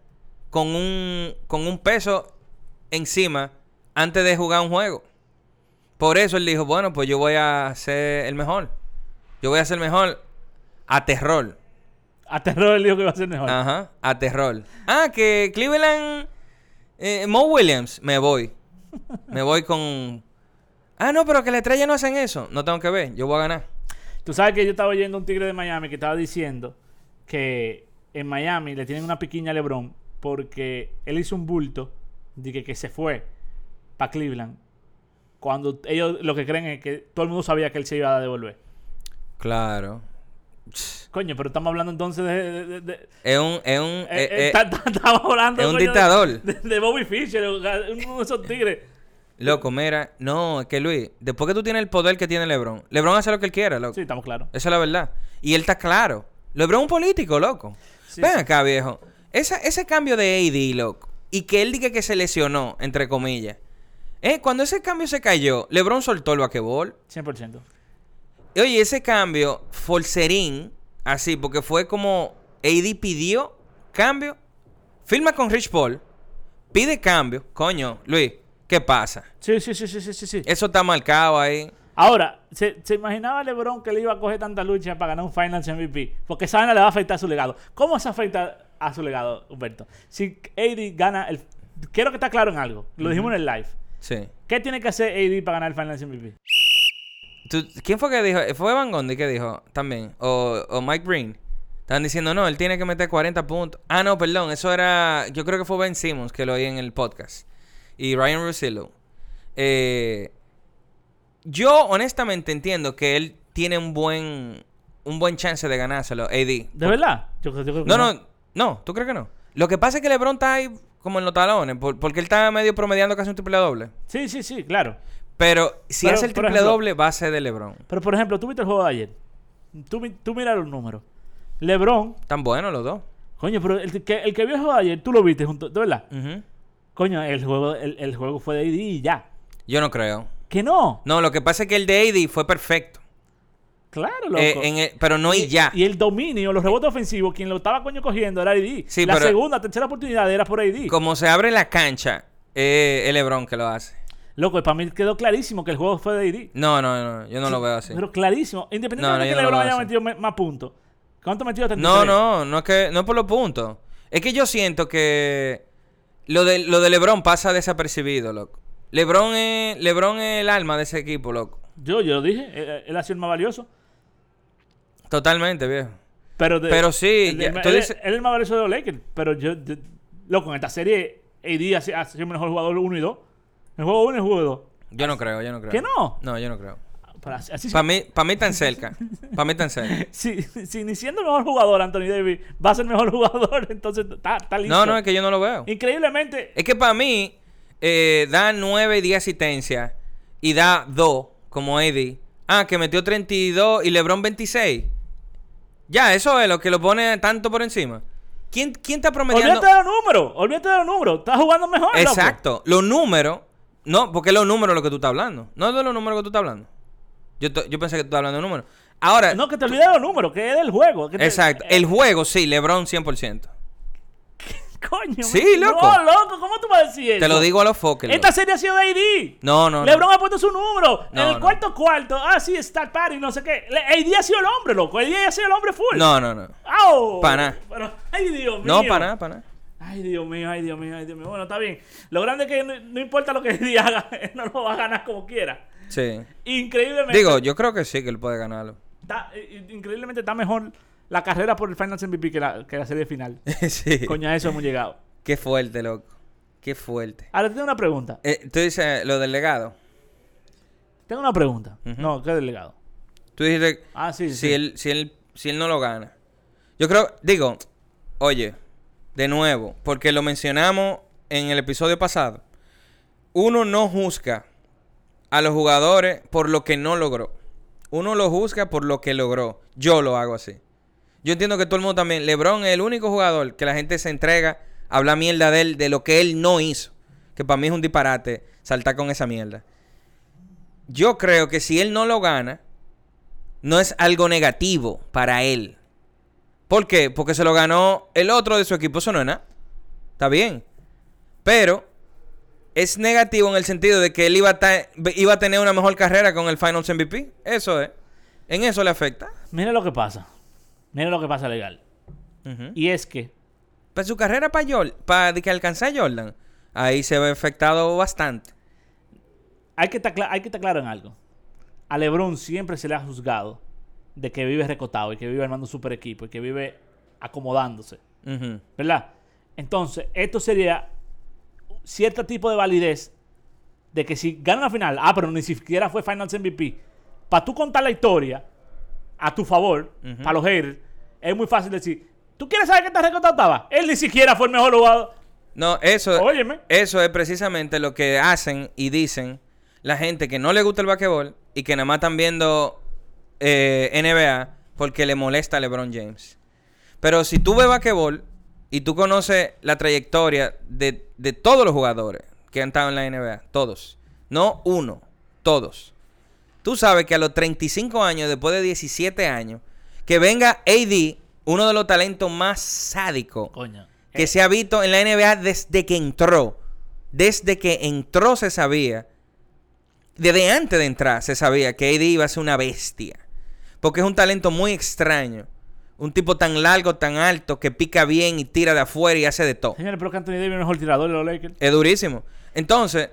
Speaker 2: con un, con un peso encima antes de jugar un juego. Por eso él dijo, bueno, pues yo voy a ser el mejor. Yo voy a ser mejor a terror.
Speaker 1: Aterró el lío que iba a ser mejor.
Speaker 2: Ajá, a terror. Ah, que Cleveland... eh, Mo Williams, me voy. Me voy con... Ah, no, pero que la estrella no hacen eso. No tengo que ver, yo voy a ganar.
Speaker 1: Tú sabes que yo estaba oyendo a un tigre de Miami que estaba diciendo que en Miami le tienen una piquiña a LeBron porque él hizo un bulto de que, que se fue para Cleveland cuando ellos lo que creen es que todo el mundo sabía que él se iba a devolver.
Speaker 2: Claro.
Speaker 1: Coño, pero estamos hablando entonces de... de- de- de-
Speaker 2: Es un... Es un
Speaker 1: eh, eh,
Speaker 2: eh, eh,
Speaker 1: está- está- estamos hablando...
Speaker 2: es un
Speaker 1: coño, de-
Speaker 2: dictador.
Speaker 1: De, de Bobby Fischer, o sea, uno de esos tigres.
Speaker 2: Loco, mira, no, es que Luis, después que tú tienes el poder que tiene LeBron, LeBron hace lo que él quiera, loco.
Speaker 1: Sí, estamos claros.
Speaker 2: Esa es la verdad. Y él está claro. LeBron es un político, loco.
Speaker 1: Sí,
Speaker 2: Ven
Speaker 1: sí.
Speaker 2: acá, viejo. Esa- ese cambio de AD, loco, y que él diga que se lesionó, entre comillas. Eh, cuando ese cambio se cayó, LeBron soltó el basquetbol.
Speaker 1: 100%.
Speaker 2: Y, Oye, ese cambio, forcerín, así, porque fue como AD pidió cambio, firma con Rich Paul, pide cambio. Coño, Luis, ¿qué pasa?
Speaker 1: Sí, sí, sí, sí, sí, sí, sí.
Speaker 2: Eso está marcado ahí.
Speaker 1: Ahora, ¿se, se imaginaba LeBron que le iba a coger tanta lucha para ganar un Finals MVP? Porque esa vaina le va a afectar a su legado. ¿Cómo se afecta a su legado, Humberto? Si AD gana el... Quiero que está claro en algo. Lo dijimos en el live.
Speaker 2: Sí.
Speaker 1: ¿Qué tiene que hacer AD para ganar el Finals MVP?
Speaker 2: Tú- ¿Quién fue que dijo? ¿Fue Van Gondi que dijo también? ¿O, o Mike Green? Estaban diciendo, no, él tiene que meter 40 puntos. Ah, no, perdón, eso era. Yo creo que fue Ben Simmons que lo oí en el podcast. Y Ryan Russillo. Eh, yo, honestamente, entiendo que él tiene un buen. Un buen chance de ganárselo, AD.
Speaker 1: ¿De verdad? Yo, yo creo que
Speaker 2: No, no, no, ¿tú crees que no? Lo que pasa es que LeBron está ahí como en los talones, por- porque él está medio promediando casi un triple doble.
Speaker 1: Sí, sí, sí, claro.
Speaker 2: Pero si
Speaker 1: Pero,
Speaker 2: hace el
Speaker 1: por
Speaker 2: triple
Speaker 1: ejemplo-
Speaker 2: doble, va a ser de LeBron.
Speaker 1: Pero, por ejemplo, tú viste el juego de ayer. Tú, mi- tú mira los números. LeBron...
Speaker 2: Tan buenos los dos.
Speaker 1: Coño, pero el que, el que vio el juego de ayer, tú lo viste junto... ¿De verdad?
Speaker 2: Ujú.
Speaker 1: Coño, el juego, el, el juego fue de AD y ya.
Speaker 2: Yo no creo.
Speaker 1: ¿Que no?
Speaker 2: No, lo que pasa es que el de AD fue perfecto.
Speaker 1: Claro, loco.
Speaker 2: Eh, en el- pero no y, ya.
Speaker 1: Y el dominio, los rebotes ofensivos, quien lo estaba coño cogiendo era AD.
Speaker 2: Sí,
Speaker 1: la
Speaker 2: pero-
Speaker 1: segunda, tercera oportunidad era por AD.
Speaker 2: Como se abre la cancha, eh, el Lebron que lo hace.
Speaker 1: Loco, para mí quedó clarísimo que el juego fue de AD.
Speaker 2: No, no, no, yo no lo veo así.
Speaker 1: Pero clarísimo.
Speaker 2: Ah, No, no,
Speaker 1: Independientemente de
Speaker 2: yo
Speaker 1: que
Speaker 2: no lo
Speaker 1: LeBron
Speaker 2: veo
Speaker 1: haya
Speaker 2: así.
Speaker 1: metido me- más puntos. ¿Cuánto metió? 33?
Speaker 2: No, no, no es que no es por los puntos. Es que yo siento que lo de, lo de LeBron pasa desapercibido, loco. LeBron es, LeBron es el alma de ese equipo, loco.
Speaker 1: Yo, yo lo dije. eh, Él ha sido el más valioso.
Speaker 2: Totalmente, viejo.
Speaker 1: Pero, de-
Speaker 2: Pero sí,
Speaker 1: el-
Speaker 2: ya,
Speaker 1: el-
Speaker 2: tú
Speaker 1: él-
Speaker 2: dices-
Speaker 1: él es el más valioso de los Lakers. Pero yo, de- loco, en esta serie, AD ha sido ha sido el mejor jugador 1 y 2. El juego 1 y el juego 2.
Speaker 2: Yo no creo, yo no creo.
Speaker 1: ¿Que no?
Speaker 2: No, yo no creo.
Speaker 1: Pero así- así-
Speaker 2: Para mí, para mí tan cerca. Para mí tan cerca.
Speaker 1: si, si ni siendo el mejor jugador, Anthony Davis va a ser el mejor jugador, entonces está, está listo.
Speaker 2: No, no, es que yo no lo veo.
Speaker 1: Increíblemente,
Speaker 2: Es que para mí, eh, da 9 y 10 asistencias y da 2 como Eddie Ah, que metió 32 y LeBron 26. Ya, eso es lo que lo pone tanto por encima. ¿Quién, quién está promediando?
Speaker 1: Olvídate de los números, olvídate de los números. Estás jugando mejor, loco.
Speaker 2: Exacto. Los números. No, porque es los números lo que tú estás hablando. No es de los números que tú estás hablando. Yo, to- yo pensé que tú estás hablando de números. Ahora,
Speaker 1: No, que te olvides de los números, que es del juego. que te- Eh,
Speaker 2: exacto. El juego, sí, LeBron 100%.
Speaker 1: Coño.
Speaker 2: Sí,
Speaker 1: man.
Speaker 2: loco.
Speaker 1: No, loco, ¿cómo tú vas a decir eso?
Speaker 2: Te lo digo a los focos.
Speaker 1: Esta serie ha sido de AD.
Speaker 2: No, no, no.
Speaker 1: LeBron ha puesto su número.
Speaker 2: No,
Speaker 1: en el
Speaker 2: no.
Speaker 1: cuarto cuarto. Ah, sí, Star Party, no sé qué. Le- AD ha sido el hombre, loco. AD ha sido el hombre full.
Speaker 2: No, no, no.
Speaker 1: ¡Au!
Speaker 2: Pa' nada.
Speaker 1: Pero, ay, Dios mío.
Speaker 2: No, para nada, para nada.
Speaker 1: Ay, Dios mío, ay, Dios mío, ay, Dios mío. Bueno, está bien. Lo grande es que no, no importa lo que AD haga, él no lo va a ganar como quiera.
Speaker 2: Sí.
Speaker 1: Increíblemente.
Speaker 2: Digo, yo creo que sí que él puede ganarlo.
Speaker 1: está- eh, increíblemente está mejor la carrera por el Final MVP que la, que la serie final.
Speaker 2: sí.
Speaker 1: Coño, a eso hemos llegado.
Speaker 2: Qué fuerte, loco. Qué fuerte.
Speaker 1: Ahora, te tengo una pregunta.
Speaker 2: Eh, tú dices lo del legado.
Speaker 1: Tengo una pregunta. No, qué delegado.
Speaker 2: Tú dijiste
Speaker 1: Ah, sí,
Speaker 2: si,
Speaker 1: sí.
Speaker 2: Él, si, él, si él no lo gana. Yo creo, digo, oye, de nuevo, porque lo mencionamos en el episodio pasado. Uno no juzga a los jugadores por lo que no logró. Uno lo juzga por lo que logró. Yo lo hago así. Yo entiendo que todo el mundo también. LeBron es el único jugador que la gente se entrega a hablar mierda de él, de lo que él no hizo. Que para mí es un disparate saltar con esa mierda. Yo creo que si él no lo gana, no es algo negativo para él. ¿Por qué? Porque se lo ganó el otro de su equipo. Eso no es nada. Está bien. Pero es negativo en el sentido de que él iba a, ta- iba a tener una mejor carrera con el Finals MVP. Eso es. En eso le afecta.
Speaker 1: Mira lo que pasa. Mira lo que pasa legal.
Speaker 2: Ujú.
Speaker 1: Y es que
Speaker 2: Pero su carrera para para que alcanzar a Jordan, ahí se ve afectado bastante.
Speaker 1: hay que estar cla- hay que estar claro en algo. A LeBron siempre se le ha juzgado de que vive recotado y que vive armando super equipo y que vive acomodándose,
Speaker 2: Ujú.
Speaker 1: ¿verdad? Entonces, esto sería cierto tipo de validez de que si gana la final, ah, pero ni siquiera fue Finals MVP, para tú contar la historia a tu favor, para los haters, es muy fácil decir, ¿tú quieres saber qué tan recotado estaba? Él ni siquiera fue el mejor jugador.
Speaker 2: No, eso,
Speaker 1: Óyeme.
Speaker 2: eso es precisamente lo que hacen y dicen la gente que no le gusta el basquetbol y que nada más están viendo eh, NBA porque le molesta a LeBron James. Pero si tú ves basquetbol y tú conoces la trayectoria de, de todos los jugadores que han estado en la NBA, todos, no uno, todos. Tú sabes que a los 35 años, después de 17 años, que venga AD, uno de los talentos más sádicos
Speaker 1: Coño.
Speaker 2: que se ha visto en la NBA desde que entró. Desde que entró se sabía. Desde antes de entrar se sabía que AD iba a ser una bestia. Porque es un talento muy extraño. Un tipo tan largo, tan alto, que pica bien y tira de afuera y hace de todo.
Speaker 1: Señores, pero que Anthony Davis es el mejor tirador de los Lakers.
Speaker 2: Es durísimo. Entonces,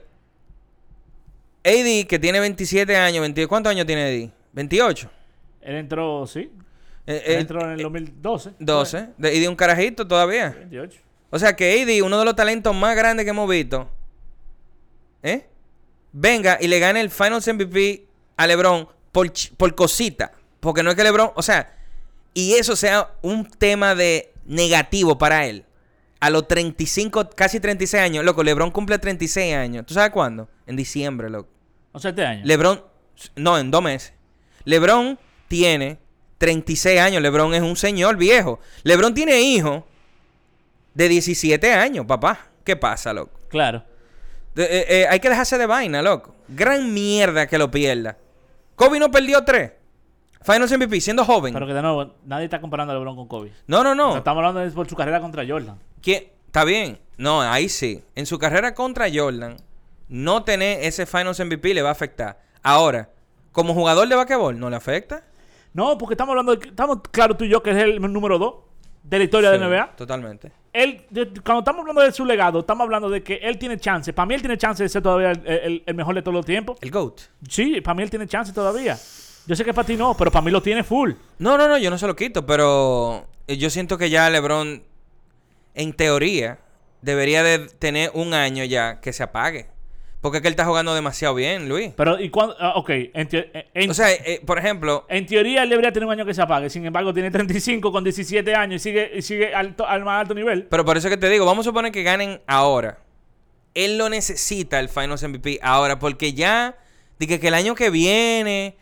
Speaker 2: AD, que tiene 27 años, 20, ¿cuántos años tiene AD? 28.
Speaker 1: Él entró, sí.
Speaker 2: Eh,
Speaker 1: Él
Speaker 2: eh,
Speaker 1: entró en el 2012.
Speaker 2: 12. De- Y de un carajito todavía.
Speaker 1: 28.
Speaker 2: O sea que AD, uno de los talentos más grandes que hemos visto, ¿eh? venga y le gane el Finals MVP a LeBron por, ch- por cosita. Porque no es que LeBron, o sea, y eso sea un tema de negativo para él. A los 35, casi 36 años, loco, LeBron cumple 36 años. ¿Tú sabes cuándo? En diciembre, loco.
Speaker 1: O sea, este año.
Speaker 2: LeBron, no, en dos meses. LeBron tiene 36 años. LeBron es un señor viejo. LeBron tiene hijo de 17 años, papá. ¿Qué pasa, loco?
Speaker 1: Claro.
Speaker 2: De- eh, eh, hay que dejarse de vaina, loco. Gran mierda que lo pierda. Kobe no perdió tres. Finals MVP, siendo joven.
Speaker 1: Pero que de nuevo, nadie está comparando a LeBron con Kobe.
Speaker 2: No, no,
Speaker 1: O sea,
Speaker 2: no.
Speaker 1: estamos hablando de por su carrera contra Jordan.
Speaker 2: ¿Quién? Está bien. No, ahí sí. En su carrera contra Jordan, no tener ese Finals MVP le va a afectar. Ahora, como jugador de basquetbol, ¿no le afecta?
Speaker 1: No, porque estamos hablando. de- estamos claro tú y yo que es el número 2 de la historia
Speaker 2: Sí,
Speaker 1: de NBA.
Speaker 2: Totalmente.
Speaker 1: Él, de- cuando estamos hablando de su legado, estamos hablando de que él tiene chance. Para mí, él tiene chance de ser todavía el, el- el mejor de todos los tiempos.
Speaker 2: El GOAT.
Speaker 1: Sí, para mí, él tiene chance todavía. Yo sé que para ti no, pero para mí lo tiene full.
Speaker 2: No, no, no, yo no se lo quito, pero eh, yo siento que ya LeBron, en teoría, debería de tener un año ya que se apague. Porque es que él está jugando demasiado bien, Luis.
Speaker 1: Pero, ¿y cuándo? ah, ok, en, teo- en- en-
Speaker 2: O sea, eh, por ejemplo,
Speaker 1: En teoría, él debería tener un año que se apague. Sin embargo, tiene 35 con 17 años y sigue, y sigue alto- al más alto nivel.
Speaker 2: pero por eso que te digo, vamos a suponer que ganen ahora. Él lo necesita el Finals MVP ahora, porque ya, dije que el año que viene,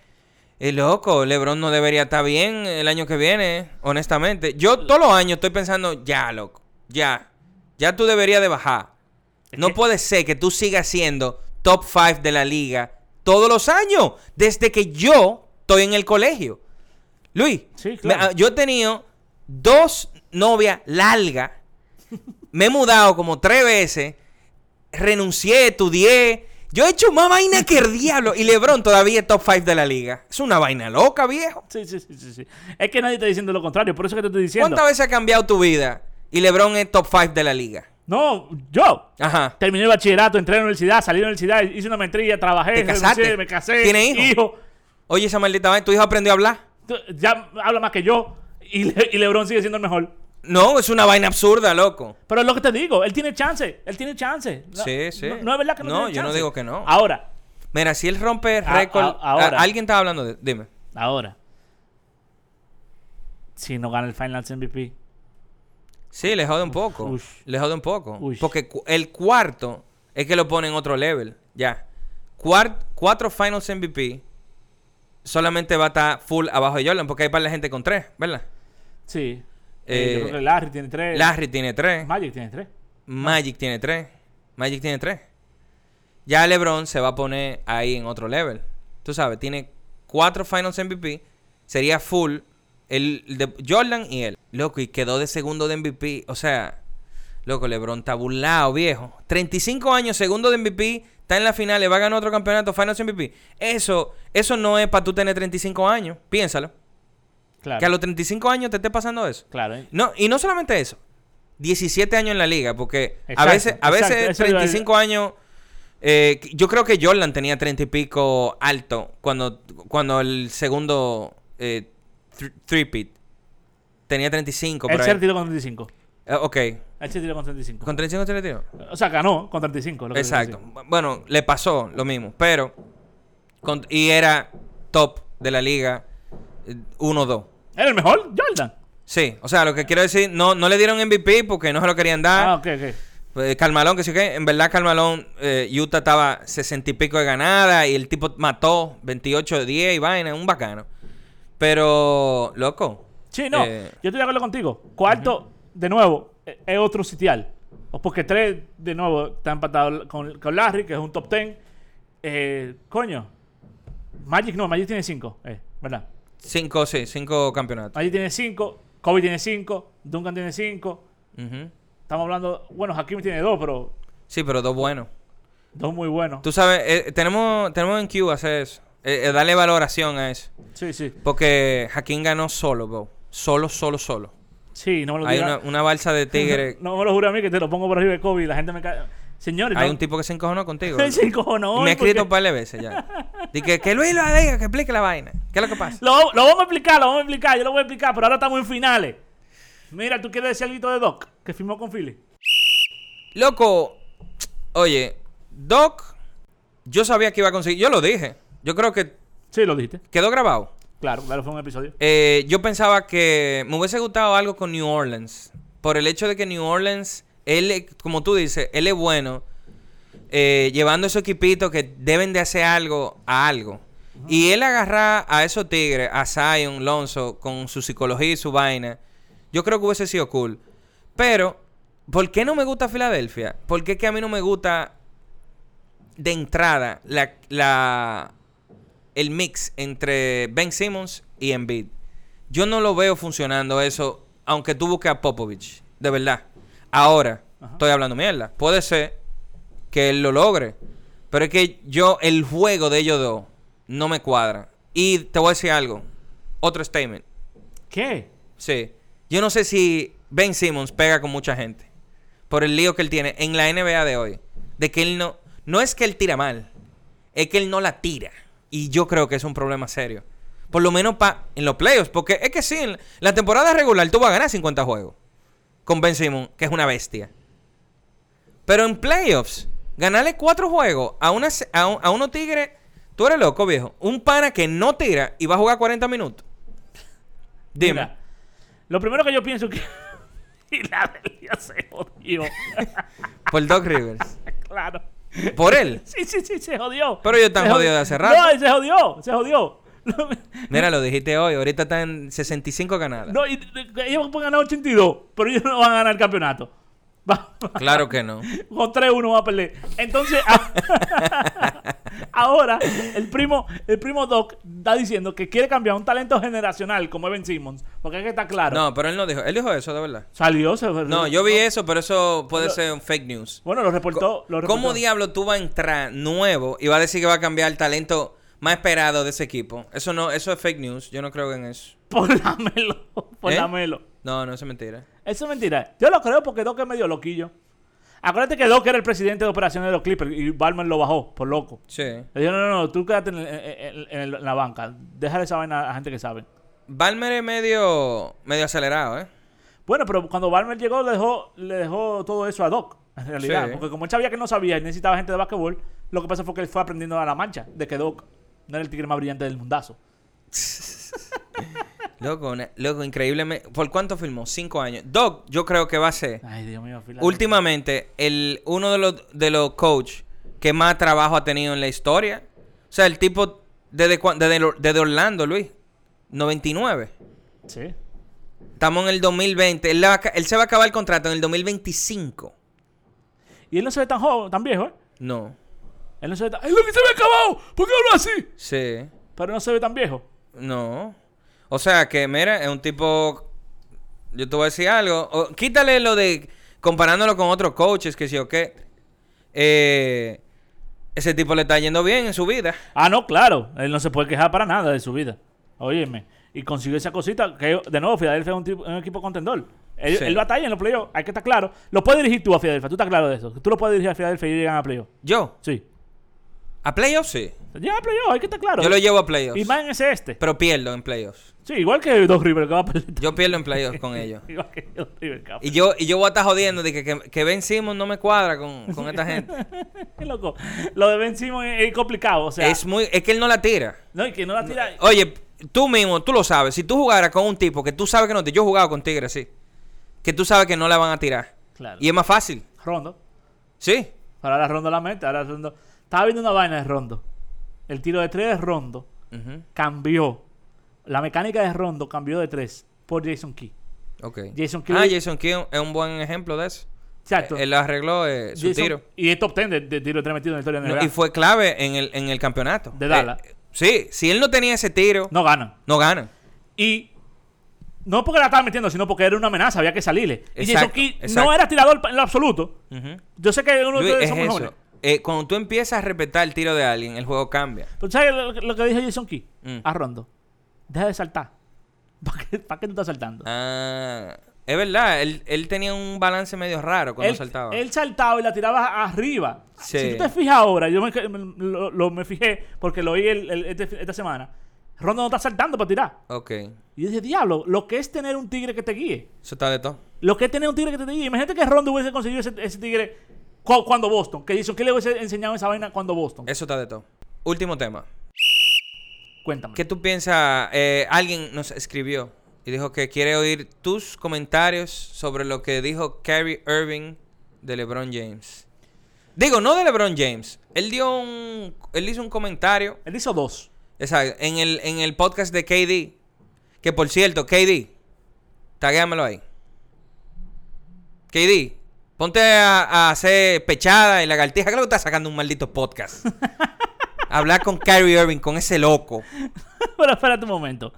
Speaker 2: Y loco, LeBron no debería estar bien el año que viene, honestamente. Yo todos los años estoy pensando, ya, loco, ya. Ya tú deberías de bajar. No puede ser que tú sigas siendo top 5 de la liga todos los años, desde que yo estoy en el colegio. Luis,
Speaker 1: Sí,
Speaker 2: me- ah,
Speaker 1: claro.
Speaker 2: yo he tenido dos novias largas. Me he mudado como tres veces. Renuncié, estudié. Yo he hecho más vaina que el diablo. Y LeBron todavía es top 5 de la liga. Es una vaina loca, viejo.
Speaker 1: Sí, sí, sí, sí, sí. Es que nadie está diciendo lo contrario, por eso que te estoy diciendo.
Speaker 2: ¿Cuántas veces ha cambiado tu vida? Y LeBron es top 5 de la liga.
Speaker 1: No, yo.
Speaker 2: Ajá.
Speaker 1: Terminé el bachillerato, entré a la universidad, salí de la universidad, hice una maestría, trabajé,
Speaker 2: Te casaste.
Speaker 1: renuncié, me casé.
Speaker 2: ¿Tienes hijos? Oye, esa maldita vaina, ¿tu hijo aprendió a hablar?
Speaker 1: Tú- Ya habla más que yo. Y, Le- y LeBron sigue siendo el mejor.
Speaker 2: No, es una vaina absurda, loco.
Speaker 1: Pero es lo que te digo, él tiene chance. Él tiene chance. No-
Speaker 2: Sí, sí.
Speaker 1: No, no es verdad que no,
Speaker 2: No,
Speaker 1: tiene
Speaker 2: yo no
Speaker 1: chance.
Speaker 2: digo que no.
Speaker 1: Ahora,
Speaker 2: Mira, si él rompe
Speaker 1: A-
Speaker 2: récord...
Speaker 1: a- Ah, ahora.
Speaker 2: a- Alguien estaba hablando de... Dime.
Speaker 1: ahora. Si no gana el Finals MVP.
Speaker 2: Sí, le jode un poco.
Speaker 1: ush.
Speaker 2: Le jode un poco.
Speaker 1: Ush.
Speaker 2: Porque cu- el cuarto es que lo pone en otro level. Ya. Cuar- cuatro Finals MVP solamente va a estar full abajo de Jordan. Porque hay para la gente con tres, ¿verdad?
Speaker 1: Sí.
Speaker 2: Eh,
Speaker 1: Eh, yo creo que Larry tiene tres.
Speaker 2: Larry tiene tres.
Speaker 1: Magic tiene tres.
Speaker 2: Magic tiene tres. Magic tiene tres. Ya LeBron se va a poner ahí en otro level. Tú sabes, tiene cuatro Finals MVP. Sería full el de Jordan y él. Loco, y quedó de segundo de MVP. O sea, loco, LeBron está burlado, viejo. 35 años, segundo de MVP. Está en la final, le va a ganar otro campeonato, Finals MVP. Eso, eso no es para tú tener 35 años. Piénsalo.
Speaker 1: Claro.
Speaker 2: Que a los 35 años te esté pasando eso.
Speaker 1: Claro. ¿eh?
Speaker 2: No, y no solamente eso. 17 años en la liga, porque
Speaker 1: Exacto,
Speaker 2: a veces, a veces
Speaker 1: exacto, eso iba a-
Speaker 2: 35 años. eh, yo creo que Jordan tenía 30 y pico alto cuando, cuando el segundo eh, thr- three-peat tenía 35.
Speaker 1: Él
Speaker 2: por
Speaker 1: se
Speaker 2: ahí.
Speaker 1: retiró con 35.
Speaker 2: Eh, ok,
Speaker 1: Él se retiró con 35.
Speaker 2: con 35 se retiró.
Speaker 1: O sea, ganó con 35. lo que
Speaker 2: Exacto.
Speaker 1: quiero
Speaker 2: Bueno, le pasó lo mismo, pero. con- y era top de la liga eh, 1-2.
Speaker 1: decir. Era el mejor, Jordan.
Speaker 2: Sí, o sea, lo que quiero decir, no, no le dieron MVP porque no se lo querían dar.
Speaker 1: Ah, ok, ok.
Speaker 2: Pues, Carmalón, que sí que en verdad Carmalón, eh, Utah estaba 60 y pico de ganada y el tipo mató 28 de 10 y vaina, un bacano. Pero, loco.
Speaker 1: Sí, no.
Speaker 2: eh,
Speaker 1: Yo estoy de acuerdo contigo. Cuarto, de nuevo, eh, es otro sitial. O porque tres, de nuevo, está empatado con, con Larry, que es un top 10. Eh, coño. Magic no, Magic tiene 5. Eh, ¿Verdad?
Speaker 2: cinco, sí, cinco campeonatos.
Speaker 1: Magic tiene 5. Kobe tiene 5. Duncan tiene 5.
Speaker 2: Ujú.
Speaker 1: Estamos hablando. Bueno, Hakim tiene 2, pero
Speaker 2: Sí, pero dos buenos.
Speaker 1: dos muy buenos.
Speaker 2: Tú sabes, eh, tenemos, tenemos en Q hacer eso. Eh, eh, darle valoración a eso.
Speaker 1: Sí, sí.
Speaker 2: Porque Jaquín ganó solo, bro. Solo, solo, solo.
Speaker 1: Sí, no me lo
Speaker 2: Hay
Speaker 1: digas.
Speaker 2: una, una balsa de tigre.
Speaker 1: No me lo juro a mí que te lo pongo por arriba de Kobe y la gente me cae. Señores,
Speaker 2: Hay
Speaker 1: no-
Speaker 2: un tipo que se encojonó contigo.
Speaker 1: se encojonó
Speaker 2: me ha
Speaker 1: hoy
Speaker 2: escrito un
Speaker 1: porque-
Speaker 2: par de veces ya. Dije, que Luis lo diga, que explique la vaina. ¿Qué es lo que pasa?
Speaker 1: Lo, lo vamos a explicar, lo vamos a explicar, yo lo voy a explicar, pero ahora estamos en finales. Mira, ¿tú quieres decir algo de Doc? Que firmó con Philly.
Speaker 2: Loco, oye, Doc, yo sabía que iba a conseguir, yo lo dije, yo creo que
Speaker 1: Sí, lo dijiste.
Speaker 2: quedó grabado.
Speaker 1: Claro, claro, fue un episodio.
Speaker 2: Eh, yo pensaba que me hubiese gustado algo con New Orleans, por el hecho de que New Orleans, él, es- como tú dices, él es bueno, eh, llevando esos equipitos que deben de hacer algo a algo. Y él agarrar a esos tigres, a Zion, Lonzo, con su psicología y su vaina, yo creo que hubiese sido cool. Pero, ¿por qué no me gusta Filadelfia? ¿Por qué que a mí no me gusta de entrada la, la- el mix entre Ben Simmons y Embiid? Yo no lo veo funcionando eso, aunque tú busques a Popovich, de verdad. Ahora, estoy hablando mierda. Puede ser que él lo logre. Pero es que yo, el juego de ellos dos no me cuadra. Y te voy a decir algo. Otro statement.
Speaker 1: ¿Qué?
Speaker 2: Sí. Yo no sé si Ben Simmons pega con mucha gente. Por el lío que él tiene en la NBA de hoy. De que él no. No es que él tira mal. Es que él no la tira. Y yo creo que es un problema serio. Por lo menos pa, en los playoffs. Porque es que sí, en la temporada regular tú vas a ganar 50 juegos. Con Ben Simmons, que es una bestia. Pero en playoffs, ganarle cuatro juegos a, una, se- a, un- a unos tigres. Tú eres loco, viejo. Un pana que no tira y va a jugar 40 minutos. Dime.
Speaker 1: Mira, lo primero que yo pienso es que. y la Delia se jodió.
Speaker 2: Por Doc Rivers.
Speaker 1: claro.
Speaker 2: Por él.
Speaker 1: Sí, sí, sí, se jodió.
Speaker 2: Pero ellos están
Speaker 1: Se jodió.
Speaker 2: jodidos de hace rato.
Speaker 1: No, y se jodió, se jodió.
Speaker 2: Mira, lo dijiste hoy. Ahorita están 65 ganadas.
Speaker 1: No, y, y- ellos pueden ganar 82, pero ellos no van a ganar el campeonato. Va- va-
Speaker 2: Claro que no.
Speaker 1: Con 3-1 va a perder. Entonces, a- ahora el primo, el primo Doc está diciendo que quiere cambiar un talento generacional como Evan Simmons. Porque es que está claro.
Speaker 2: No, pero él no dijo. Él dijo eso, de verdad.
Speaker 1: Salió. se-
Speaker 2: No, yo vi eso, pero eso puede ser un fake news.
Speaker 1: Bueno, lo reportó. lo reportó.
Speaker 2: ¿Cómo diablo tú vas a entrar nuevo y vas a decir que va a cambiar el talento más esperado de ese equipo? Eso no, eso es fake news. Yo no creo en eso.
Speaker 1: Por la melo. Por
Speaker 2: ¿Eh?
Speaker 1: la melo.
Speaker 2: No, no, eso es mentira.
Speaker 1: Eso es mentira. Yo lo creo porque Doc es medio loquillo. Acuérdate que Doc era el presidente de operaciones de los Clippers y Balmer lo bajó por loco.
Speaker 2: Sí.
Speaker 1: Le dijo, no, no, no, tú quédate en, el- en el- en el- en la banca. Déjale esa vaina a la gente que sabe.
Speaker 2: Balmer es medio, medio acelerado, ¿eh?
Speaker 1: Bueno, pero cuando Balmer llegó, le dejó, le dejó todo eso a Doc, en realidad.
Speaker 2: Sí.
Speaker 1: Porque como él sabía que no sabía y necesitaba gente de básquetbol, lo que pasa fue que él fue aprendiendo a la mancha de que Doc no era el tigre más brillante del mundazo.
Speaker 2: Loco, una- loco, increíblemente. ¿Por cuánto filmó? Cinco años. Doc, yo creo que va a ser
Speaker 1: Ay, Dios mío, Phil.
Speaker 2: últimamente el, uno de los, de los coach que más trabajo ha tenido en la historia. O sea, el tipo desde, cuan- desde, lo- desde Orlando, Luis. 99.
Speaker 1: Sí.
Speaker 2: Estamos en el 2020. Él, le va a ca- él se va a acabar el contrato en el 2025.
Speaker 1: Y él no se ve tan joven, tan viejo, ¿eh?
Speaker 2: No.
Speaker 1: Él no se ve tan... ¡Es lo que se ve acabado! ¿Por qué hablo así?
Speaker 2: Sí.
Speaker 1: Pero no se ve tan viejo.
Speaker 2: No. O sea, que mira, es un tipo... Yo te voy a decir algo. O- quítale lo de comparándolo con otros coaches, que sí o qué. Eh, ese tipo le está yendo bien en su vida.
Speaker 1: Ah, no, claro. Él no se puede quejar para nada de su vida. Óyeme. Y consiguió esa cosita que, de nuevo, Filadelfia es un, tipo- un equipo contendor. Él,
Speaker 2: Sí.
Speaker 1: él batalla en los playoffs. Hay que estar claro. Lo puedes dirigir tú a Filadelfia. Tú estás claro de eso. Tú lo puedes dirigir a Filadelfia y llegan a playoffs.
Speaker 2: Yo.
Speaker 1: Sí.
Speaker 2: A playoffs sí.
Speaker 1: Llegan a playoffs. Hay que estar claro.
Speaker 2: Yo lo llevo a
Speaker 1: Y
Speaker 2: playoffs.
Speaker 1: más en ese este.
Speaker 2: Pero pierdo en playoffs.
Speaker 1: Sí, igual que Doc River que va a perder.
Speaker 2: Yo pierdo en playoffs con ellos.
Speaker 1: Igual que Doc River que va a
Speaker 2: Y yo, y yo voy a estar jodiendo de que, que, que Ben Simmons no me cuadra con, con esta gente.
Speaker 1: perder. Loco. Lo de Ben Simmons es, es complicado. O sea,
Speaker 2: es, muy, es que él no la tira.
Speaker 1: no, y que no la tira.
Speaker 2: Oye, tú mismo, tú lo sabes. Si tú jugaras con un tipo que tú sabes que no te. Yo he jugado con Tigres, sí. Que tú sabes que no la van a tirar.
Speaker 1: Claro.
Speaker 2: Y es más fácil.
Speaker 1: Rondo.
Speaker 2: Sí.
Speaker 1: Ahora la Rondo la mete. Ahora Rondo. Estaba viendo una vaina de Rondo. El tiro de tres de Rondo.
Speaker 2: Ujú.
Speaker 1: cambió. La mecánica de Rondo cambió de tres por Jason Key.
Speaker 2: Ok.
Speaker 1: Jason Kidd-
Speaker 2: ah, Jason Kidd es un buen ejemplo de eso.
Speaker 1: Exacto.
Speaker 2: Él arregló eh, su
Speaker 1: Jason-
Speaker 2: tiro.
Speaker 1: Y es top 10 de, de tiro de tres metido en la historia de
Speaker 2: No,
Speaker 1: NBA.
Speaker 2: y fue clave en el, en el campeonato.
Speaker 1: De Dallas.
Speaker 2: Eh, sí, si él no tenía ese tiro, no,
Speaker 1: No ganan.
Speaker 2: ganan.
Speaker 1: Y no porque la estaba metiendo, sino porque era una amenaza, había que salirle. y Jason
Speaker 2: Exacto,
Speaker 1: Key no
Speaker 2: exacto.
Speaker 1: era tirador pa- en lo absoluto.
Speaker 2: Ujú.
Speaker 1: Yo sé que uno de
Speaker 2: Luis,
Speaker 1: ustedes
Speaker 2: es
Speaker 1: son mejores.
Speaker 2: eso. Eh, cuando tú empiezas a respetar el tiro de alguien, el juego cambia.
Speaker 1: Pero ¿sabes lo, lo que dijo Jason Key
Speaker 2: Mm.
Speaker 1: a Rondo? Deja de saltar. ¿Para qué, para qué tú estás saltando?
Speaker 2: Ah, es verdad, él, él tenía un balance medio raro cuando
Speaker 1: él,
Speaker 2: saltaba.
Speaker 1: él saltaba y la tiraba arriba.
Speaker 2: Sí.
Speaker 1: Si tú te fijas ahora, yo me, me- lo, lo- me fijé porque lo oí el- el- este- esta semana. Rondo no está saltando para tirar.
Speaker 2: Ok, eso
Speaker 1: Y yo dije, diablo, lo que es tener un tigre que te guíe.
Speaker 2: está de todo.
Speaker 1: Lo que es tener un tigre que te guíe. Imagínate que Rondo hubiese conseguido ese, ese tigre cu- cuando Boston. Que Jason, ¿qué le hubiese enseñado esa vaina cuando Boston?
Speaker 2: Eso está de todo. Último tema.
Speaker 1: Cuéntame.
Speaker 2: ¿Qué tú piensas? eh, alguien nos escribió y dijo que quiere oír tus comentarios sobre lo que dijo Kyrie Irving de LeBron James. Digo, no de LeBron James. Él dio un, él hizo un comentario
Speaker 1: Él hizo dos.
Speaker 2: exacto, en, el, en el podcast de KD. Que por cierto, KD, taguéamelo ahí. KD, ponte a, a hacer pechada y lagartija. Claro que estás sacando un maldito podcast. Hablar con Kyrie Irving, con ese loco.
Speaker 1: Pero espérate un momento.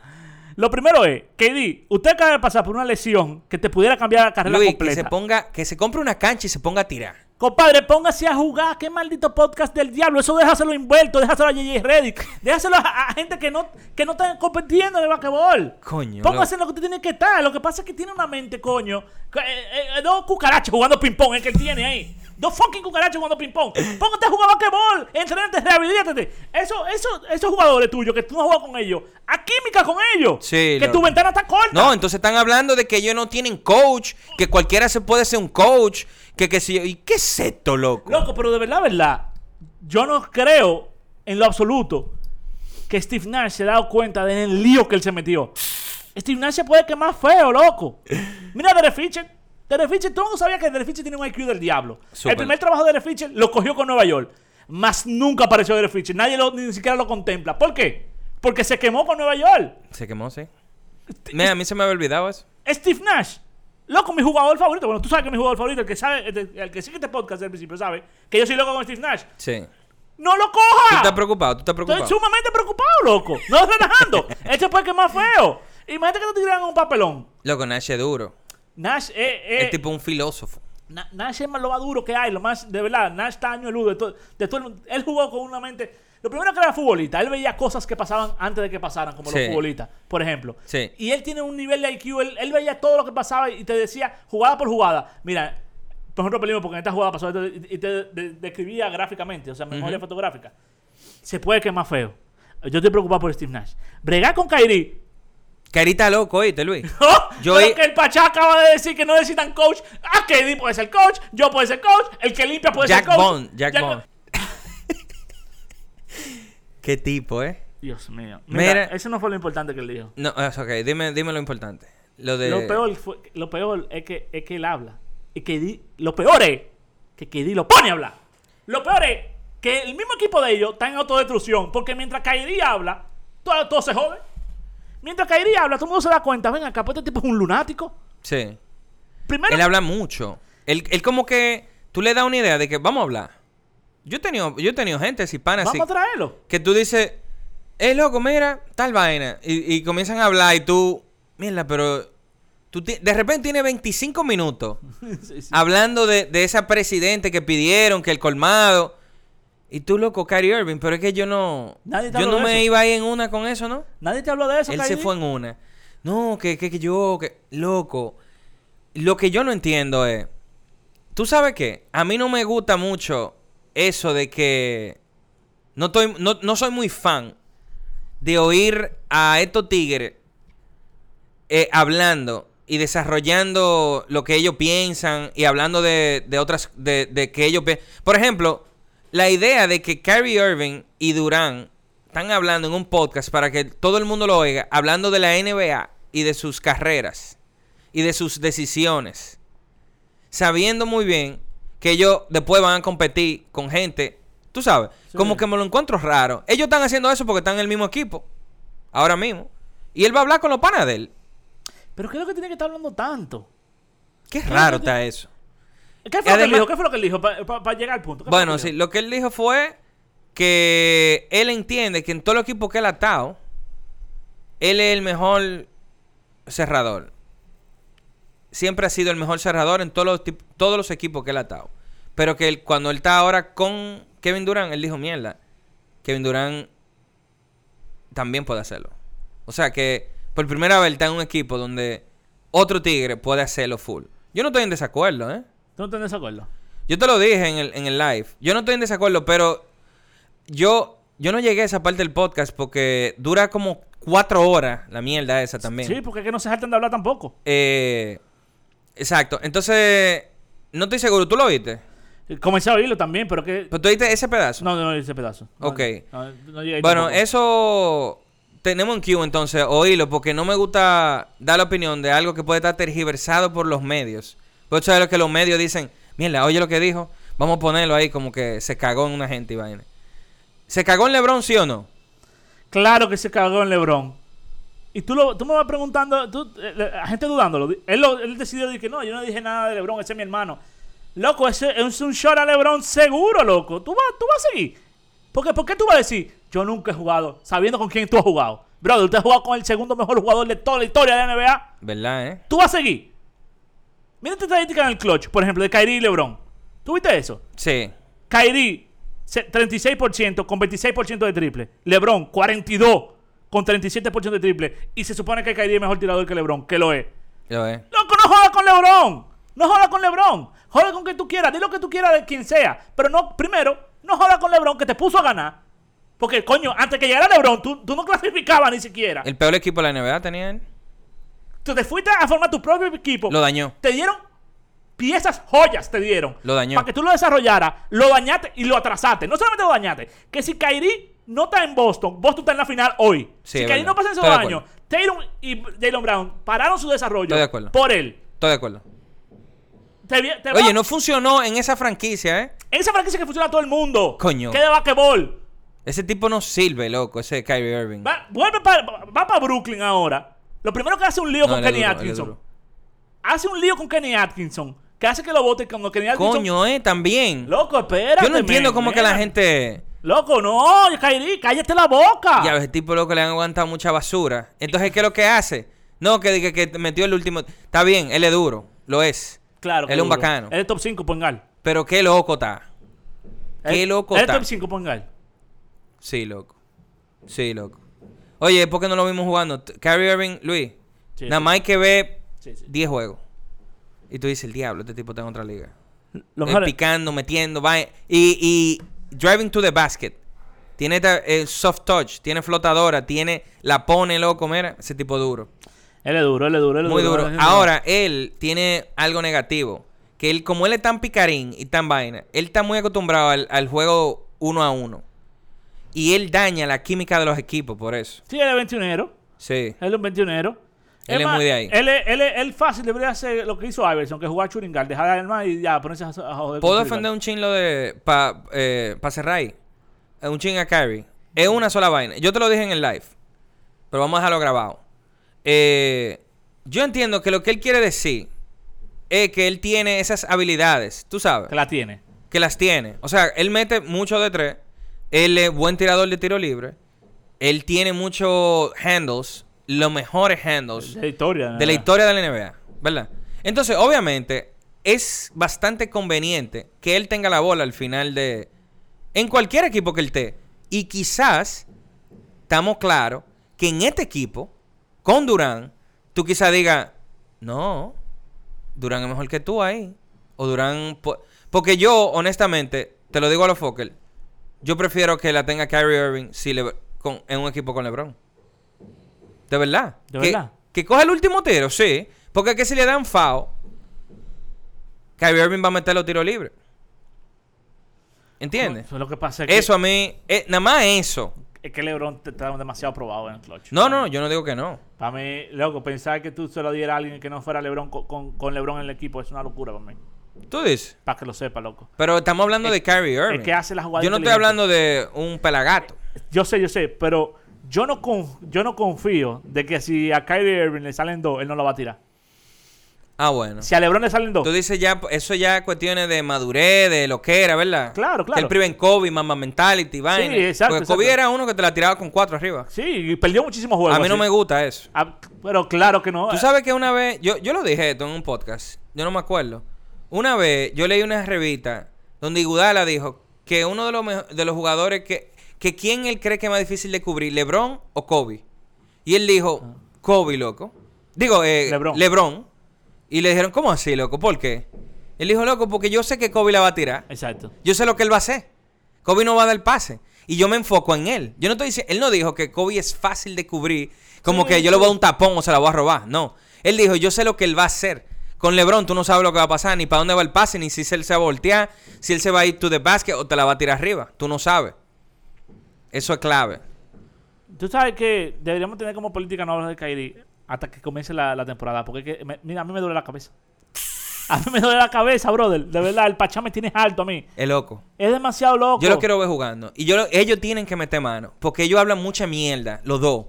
Speaker 1: Lo primero es, KD, usted acaba de pasar por una lesión que te pudiera cambiar la carrera
Speaker 2: Luis, que
Speaker 1: completa.
Speaker 2: se ponga, que se compre una cancha y se ponga a tirar.
Speaker 1: Compadre, póngase a jugar. Qué maldito podcast del diablo. Eso déjaselo envuelto. Déjaselo a JJ Reddick. Déjaselo a, a gente que no, que no está compitiendo en el basquetbol.
Speaker 2: Coño.
Speaker 1: Póngase en lo que usted tiene que estar. Lo que pasa es que tiene una mente, coño. que- eh, eh, dos cucarachas jugando ping-pong. Es que él tiene ahí. Dos fucking cucarachas jugando ping-pong. Póngate a jugar basquetbol. Entrenate, rehabilítate. Eso, eso, esos jugadores tuyos que tú no juegas con ellos. A química con ellos.
Speaker 2: Sí,
Speaker 1: que
Speaker 2: loco.
Speaker 1: tu ventana está corta.
Speaker 2: No, entonces están hablando de que ellos no tienen coach, que cualquiera se puede ser un coach, que qué sé yo. ¿Y qué es esto, loco?
Speaker 1: Loco, pero de verdad, verdad, yo no creo en lo absoluto que Steve Nash se ha dado cuenta del lío que él se metió. Steve Nash se puede quemar feo, loco. Mira a Derek Fisher. Derek Fisher, todo el mundo sabía que Derek Fisher tiene un IQ del diablo.
Speaker 2: Súper.
Speaker 1: El primer trabajo de Derek Fisher lo cogió con Nueva York. Mas nunca apareció Derek Fisher. Nadie lo- ni siquiera lo contempla. ¿Por qué? Porque se quemó con Nueva York.
Speaker 2: Se quemó, sí. Mira, a mí se me había olvidado eso.
Speaker 1: Steve Nash. Loco, mi jugador favorito. Bueno, tú sabes que mi jugador favorito, el que sabe, el, el que sigue este podcast desde el principio, sabe que yo soy loco con Steve Nash.
Speaker 2: Sí.
Speaker 1: ¡No lo
Speaker 2: Tú
Speaker 1: coja!
Speaker 2: estás preocupado, tú estás preocupado.
Speaker 1: Ah. Estoy sumamente preocupado, loco. No relajando. este fue el que más feo. Imagínate que te tiran un papelón.
Speaker 2: Loco, Nash es duro.
Speaker 1: Nash eh, eh,
Speaker 2: Es tipo un filósofo.
Speaker 1: Na- Nash es más lo más duro que hay, lo más, de verdad, Nash está año de todo, de todo el mundo. Él jugó con una mente. Lo primero que era futbolista, él veía cosas que pasaban antes de que pasaran, como
Speaker 2: Sí.
Speaker 1: los futbolistas, por ejemplo.
Speaker 2: Sí.
Speaker 1: Y él tiene un nivel de IQ, él, él veía todo lo que pasaba y te decía, jugada por jugada, mira, por ejemplo, peleamos porque en esta jugada pasó esto", y y te de- describía gráficamente, o sea, memoria fotográfica. Se puede quemar feo. Yo estoy preocupado por Steve Nash. Bregar con Kyrie.
Speaker 2: Carita loco, oíste, Luis. Yo
Speaker 1: Yo
Speaker 2: he-
Speaker 1: que el Pachá acaba de decir que no necesitan coach. Ah, KD puede ser coach, yo puedo ser coach, el que limpia puede
Speaker 2: Jack
Speaker 1: ser coach.
Speaker 2: Bond, Jack Bond. Qué tipo, ¿eh?
Speaker 1: Dios mío. Mira,
Speaker 2: Mira.
Speaker 1: eso no fue lo importante que él dijo.
Speaker 2: No, es ok, dime, dime lo importante. Lo de.
Speaker 1: Lo peor fue, lo peor es que es que él habla. Y que di- lo peor es que KD lo pone a hablar. Lo peor es que el mismo equipo de ellos está en autodestrucción. Porque mientras KD habla, todo, todo se jode. Mientras KD habla, todo el mundo se da cuenta. Ven acá, pues este tipo es un lunático.
Speaker 2: Sí.
Speaker 1: Primero,
Speaker 2: Él habla mucho. Él, él como que. Tú le das una idea de que vamos a hablar. Yo he tenido, yo he tenido gente, si pana,
Speaker 1: vamos
Speaker 2: así.
Speaker 1: a traerlo.
Speaker 2: Que tú dices, eh, loco, mira, tal vaina. Y, y comienzan a hablar y tú, mierda, pero tú ti- de repente tiene 25 minutos
Speaker 1: Sí,
Speaker 2: Ah,
Speaker 1: sí.
Speaker 2: hablando de, de esa presidente que pidieron, que el colmado. Y tú, loco, Kyrie Irving, pero es que yo no.
Speaker 1: Nadie te
Speaker 2: yo
Speaker 1: habló
Speaker 2: no
Speaker 1: de
Speaker 2: me
Speaker 1: eso.
Speaker 2: iba ahí en una con eso, ¿no?
Speaker 1: Nadie te habló de eso.
Speaker 2: Él se
Speaker 1: KD.
Speaker 2: fue en una. No, que, que, que yo, que. Loco. Lo que yo no entiendo es. ¿Tú sabes qué? A mí no me gusta mucho eso de que. No, estoy, no, no soy muy fan de oír a estos tigres eh, hablando y desarrollando lo que ellos piensan y hablando de, de otras. De, de que ellos. pi- Por ejemplo, la idea de que Kyrie Irving y Durán están hablando en un podcast para que todo el mundo lo oiga, hablando de la NBA y de sus carreras y de sus decisiones, sabiendo muy bien que ellos después van a competir con gente, tú sabes,
Speaker 1: Sí.
Speaker 2: como que me lo encuentro raro. Ellos están haciendo eso porque están en el mismo equipo, ahora mismo, y él va a hablar con los panas de él.
Speaker 1: Pero ¿qué es lo que tiene que estar hablando tanto?
Speaker 2: Qué
Speaker 1: Claro
Speaker 2: raro
Speaker 1: que-
Speaker 2: está eso.
Speaker 1: ¿Qué fue lo que él
Speaker 2: Además-
Speaker 1: dijo? ¿Qué fue lo que él dijo? Para llegar al punto. ¿Qué fue
Speaker 2: Bueno,
Speaker 1: lo que
Speaker 2: sí,
Speaker 1: él
Speaker 2: lo que él dijo fue que él entiende que en todo el equipo que él ha estado, él es el mejor cerrador. Siempre ha sido el mejor cerrador en todos los, tip- todos los equipos que él ha estado. Pero que él- cuando él está ahora con Kevin Durant, él dijo, mierda, Kevin Durant también puede hacerlo. O sea que por primera vez él está en un equipo donde otro tigre puede hacerlo full. Yo no estoy en desacuerdo, ¿eh?
Speaker 1: dijo? ¿Tú no tenés acuerdo?
Speaker 2: Yo te lo dije en el, en el live. Yo no estoy en desacuerdo, pero yo, yo no llegué a esa parte del podcast porque dura como cuatro horas la mierda esa también.
Speaker 1: Sí, porque es que no se saltan de hablar tampoco.
Speaker 2: Eh, exacto. Entonces, no estoy seguro. ¿Tú lo oíste?
Speaker 1: Eh, Comencé a oírlo también, pero que...
Speaker 2: ¿Pero tú oíste ese pedazo?
Speaker 1: No, no, no, ese pedazo. No,
Speaker 2: Ok.
Speaker 1: no, no llegué ahí
Speaker 2: Bueno,
Speaker 1: tampoco.
Speaker 2: eso tenemos en queue entonces, oírlo, porque no me gusta dar la opinión de algo que puede estar tergiversado por los medios. Pues sabes lo que los medios dicen, mierda, oye lo que dijo, vamos a ponerlo ahí como que se cagó en una gente y vaina. ¿Se cagó en Lebron, sí o no?
Speaker 1: Claro que se cagó en LeBron. Y tú, lo, tú me vas preguntando, tú, eh, la gente dudándolo. Di- Él, lo- él decidió decir que no, yo no dije nada de LeBron, ese es mi hermano. Loco, ese es un shot a LeBron seguro, loco. Tú vas, tú vas a seguir. Porque, ¿Por qué tú vas a decir, yo nunca he jugado, sabiendo con quién tú has jugado? Brother, usted ha jugado con el segundo mejor jugador de toda la historia de la NBA.
Speaker 2: ¿Verdad, eh?
Speaker 1: Tú vas a seguir. Mira esta estadística en el clutch, por ejemplo, de Kyrie y LeBron. ¿Tú viste eso?
Speaker 2: Sí.
Speaker 1: Kyrie, se- 36% con 26% de triple. LeBron, 42 con 37% de triple. Y se supone que Kyrie es mejor tirador que LeBron, que lo es.
Speaker 2: Lo es.
Speaker 1: Loco, no jodas con LeBron. No jodas con LeBron. Joda con quien tú quieras. Di lo que tú quieras de quien sea. Pero no, primero, no jodas con LeBron que te puso a ganar. Porque, coño, antes que llegara LeBron, tú, tú no clasificabas ni siquiera.
Speaker 2: El peor equipo de la NBA tenía él.
Speaker 1: Tú te fuiste a formar tu propio equipo.
Speaker 2: Lo dañó.
Speaker 1: Te dieron piezas joyas, te dieron.
Speaker 2: Lo dañó.
Speaker 1: Para que tú lo desarrollaras, lo dañaste y lo atrasaste. No solamente lo dañaste, que si Kyrie no está en Boston, Boston está en la final hoy. si
Speaker 2: Sí, es
Speaker 1: Kyrie
Speaker 2: verdad.
Speaker 1: no pasa en esos
Speaker 2: Estoy de
Speaker 1: años, Tatum y Jalen Brown pararon su desarrollo
Speaker 2: Estoy de acuerdo.
Speaker 1: por él.
Speaker 2: Estoy de acuerdo.
Speaker 1: Te vi- te va-
Speaker 2: Oye, no funcionó en esa franquicia, ¿eh?
Speaker 1: Esa franquicia que funciona a todo el mundo.
Speaker 2: Coño.
Speaker 1: Que de basquetbol.
Speaker 2: Ese tipo no sirve, loco, ese Kyrie Irving.
Speaker 1: Va, vuelve para, va para Brooklyn ahora. Lo primero que hace un lío
Speaker 2: No,
Speaker 1: con
Speaker 2: él es
Speaker 1: Kenny
Speaker 2: duro, él es
Speaker 1: Atkinson.
Speaker 2: duro.
Speaker 1: Hace un lío con Kenny Atkinson. Que hace que lo vote cuando Kenny Atkinson.
Speaker 2: Coño, eh, también.
Speaker 1: Loco, espérate.
Speaker 2: Yo no entiendo
Speaker 1: men,
Speaker 2: cómo que la
Speaker 1: men.
Speaker 2: gente.
Speaker 1: Loco, no, Kyrie, cállate la boca.
Speaker 2: Ya, ese tipo loco le han aguantado mucha basura. Entonces, ¿qué es lo que hace? No, que, que, que metió el último. Está bien, él es duro, lo es.
Speaker 1: claro. que
Speaker 2: Él es un
Speaker 1: duro.
Speaker 2: bacano.
Speaker 1: Él es top 5 Pongal.
Speaker 2: Pero qué loco está. Qué loco
Speaker 1: Él es
Speaker 2: está.
Speaker 1: top 5 Pongal.
Speaker 2: Sí, loco. Sí, loco. Oye, ¿por qué no lo vimos jugando? T- Kyrie Irving, Luis.
Speaker 1: Sí,
Speaker 2: nada
Speaker 1: sí.
Speaker 2: más hay que ver
Speaker 1: Sí, sí.
Speaker 2: 10 juegos. Y tú dices, el diablo, este tipo está en otra liga.
Speaker 1: Lo
Speaker 2: Eh,
Speaker 1: mejor es-
Speaker 2: picando, metiendo, va- y, y driving to the basket. Tiene esta- eh, soft touch, tiene flotadora, tiene la pone loco, mira, ese tipo duro.
Speaker 1: Él es duro, él es duro, él es
Speaker 2: Muy duro.
Speaker 1: él es
Speaker 2: Ahora, él tiene algo negativo. Que él, como él es tan picarín y tan vaina, él está muy acostumbrado al, al juego uno a uno. Y él daña la química de los equipos por eso.
Speaker 1: Sí, él es 21
Speaker 2: Sí.
Speaker 1: Él es un 21
Speaker 2: Él es muy de ahí.
Speaker 1: Él, es- él, es- él fácil debería hacer lo que hizo Iverson, que es jugar shooting guard, dejar el arma y ya ponerse a, a joder. con
Speaker 2: ¿Puedo
Speaker 1: shooting
Speaker 2: defender
Speaker 1: guard.
Speaker 2: un chin lo de. para eh, pa cerrar ahí? Eh, Un chin a Kyrie. Es una sola vaina. Yo te lo dije en el live. Pero vamos a dejarlo grabado. Eh, yo entiendo que lo que él quiere decir es que él tiene esas habilidades. Tú sabes.
Speaker 1: Que la tiene.
Speaker 2: que las tiene. O sea, él mete mucho de tres. Él es buen tirador de tiro libre. Él tiene muchos handles. Los mejores handles
Speaker 1: De la historia.
Speaker 2: de la
Speaker 1: ¿verdad?
Speaker 2: historia de la NBA. ¿Verdad? Entonces, obviamente, es bastante conveniente que él tenga la bola al final de. En cualquier equipo que él esté. Y quizás estamos claros que en este equipo, con Durán, tú quizás digas, no, Durán es mejor que tú ahí. O Durán. po-". Porque yo, honestamente, te lo digo a los Fokker, yo prefiero que la tenga Kyrie Irving si le... con- en un equipo con LeBron. De verdad.
Speaker 1: De
Speaker 2: Que-
Speaker 1: verdad.
Speaker 2: Que coja el último tiro, sí. Porque es que si le dan FAO, Kyrie Irving va a meter los tiros libres. ¿Entiendes?
Speaker 1: Eso es Lo que pasa es que,
Speaker 2: Eso a mí, eh, nada más eso.
Speaker 1: es que LeBron te está demasiado probado en el clutch.
Speaker 2: No, no, yo no digo que no.
Speaker 1: Para mí, loco, pensar que tú se lo dieras a alguien que no fuera LeBron con, con, con LeBron en el equipo es una locura para mí.
Speaker 2: Tú dices.
Speaker 1: Para que lo sepa, loco.
Speaker 2: Pero estamos hablando de Kyrie Irving.
Speaker 1: que hace la jugada
Speaker 2: Yo no estoy
Speaker 1: inteligente.
Speaker 2: hablando de un pelagato.
Speaker 1: Yo sé, yo sé, pero yo no, conf- yo no confío de que si a Kyrie Irving le salen dos, él no lo va a tirar.
Speaker 2: Ah, bueno.
Speaker 1: Si a LeBron le salen dos,
Speaker 2: Tú dices ya, eso ya es cuestiones de madurez, de lo que era, ¿verdad?
Speaker 1: Claro, claro.
Speaker 2: Que el priven Kobe, mamá mentality, vaina.
Speaker 1: exacto,
Speaker 2: Porque Kobe
Speaker 1: exacto.
Speaker 2: era uno que te la tiraba con cuatro arriba.
Speaker 1: sí, y perdió muchísimos juegos.
Speaker 2: A mí no
Speaker 1: así.
Speaker 2: me gusta eso.
Speaker 1: Ah, pero claro que no. ah.
Speaker 2: Tú sabes que una vez, yo, yo lo dije esto en un podcast, yo no me acuerdo. Una vez yo leí una revista donde Igudala dijo que uno de los, mejo- de los jugadores que, que quién él cree que es más difícil de cubrir, Lebron o Kobe. Y él dijo, Kobe, loco. Digo, eh,
Speaker 1: LeBron.
Speaker 2: Lebron. Y le dijeron, ¿cómo así, loco? ¿Por qué? Él dijo, loco, porque yo sé que Kobe la va a tirar.
Speaker 1: Exacto.
Speaker 2: Yo sé lo que él va a hacer. Kobe no va a dar pase. Y yo me enfoco en él. Yo no estoy diciendo, él no dijo que Kobe es fácil de cubrir, como
Speaker 1: Sí,
Speaker 2: que yo
Speaker 1: sí.
Speaker 2: le voy a dar un tapón o se la voy a robar. No. Él dijo, yo sé lo que él va a hacer. Con LeBron tú no sabes lo que va a pasar, ni para dónde va el pase, ni si él se va a voltear, si él se va a ir to the basket o te la va a tirar arriba. Tú no sabes. Eso es clave.
Speaker 1: Tú sabes que deberíamos tener como política no hablar de Kyrie hasta que comience la, la temporada. Porque es que me- mira, a mí me duele la cabeza. A mí me duele la cabeza, brother. De verdad, el Pachá me tienes alto a mí.
Speaker 2: Es loco.
Speaker 1: Es demasiado loco.
Speaker 2: Yo lo quiero ver jugando. Y yo lo- ellos tienen que meter mano. Porque ellos hablan mucha mierda, los dos.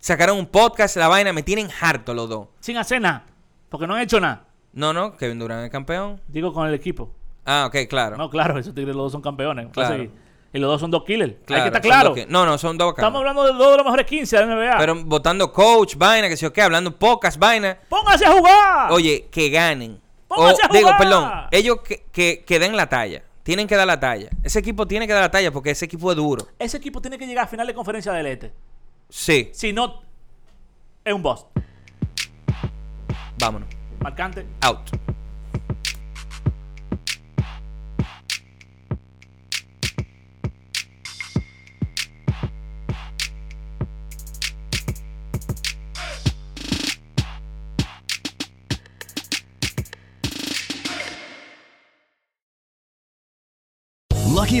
Speaker 2: Sacaron un podcast, la vaina, me tienen harto los dos.
Speaker 1: Sin hacer nada. Porque no han hecho nada.
Speaker 2: No, no, Kevin Durant es campeón.
Speaker 1: Digo con el equipo.
Speaker 2: Ah, ok, claro.
Speaker 1: No, claro, esos tigres los dos son campeones. Va a
Speaker 2: Claro.
Speaker 1: seguir. Y los dos son dos killers. Hay
Speaker 2: Claro,
Speaker 1: que estar
Speaker 2: son
Speaker 1: claro.
Speaker 2: dos que- No, no, son dos
Speaker 1: Estamos
Speaker 2: bacanos.
Speaker 1: hablando de dos de los mejores 15 de la NBA.
Speaker 2: Pero votando coach, vaina, que sé yo qué, hablando pocas vainas.
Speaker 1: ¡Pónganse a jugar!
Speaker 2: Oye, que ganen.
Speaker 1: Ah. Pónganse a
Speaker 2: digo,
Speaker 1: jugar.
Speaker 2: perdón, ellos que, que, que den la talla. Tienen que dar la talla. Ese equipo tiene que dar la talla porque ese equipo es duro.
Speaker 1: Ese equipo tiene que llegar a final de conferencia del Este.
Speaker 2: Sí,
Speaker 1: Si no, es un boss.
Speaker 2: vámonos.
Speaker 1: Marcante.
Speaker 2: Out.
Speaker 3: Lucky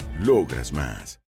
Speaker 4: logras más.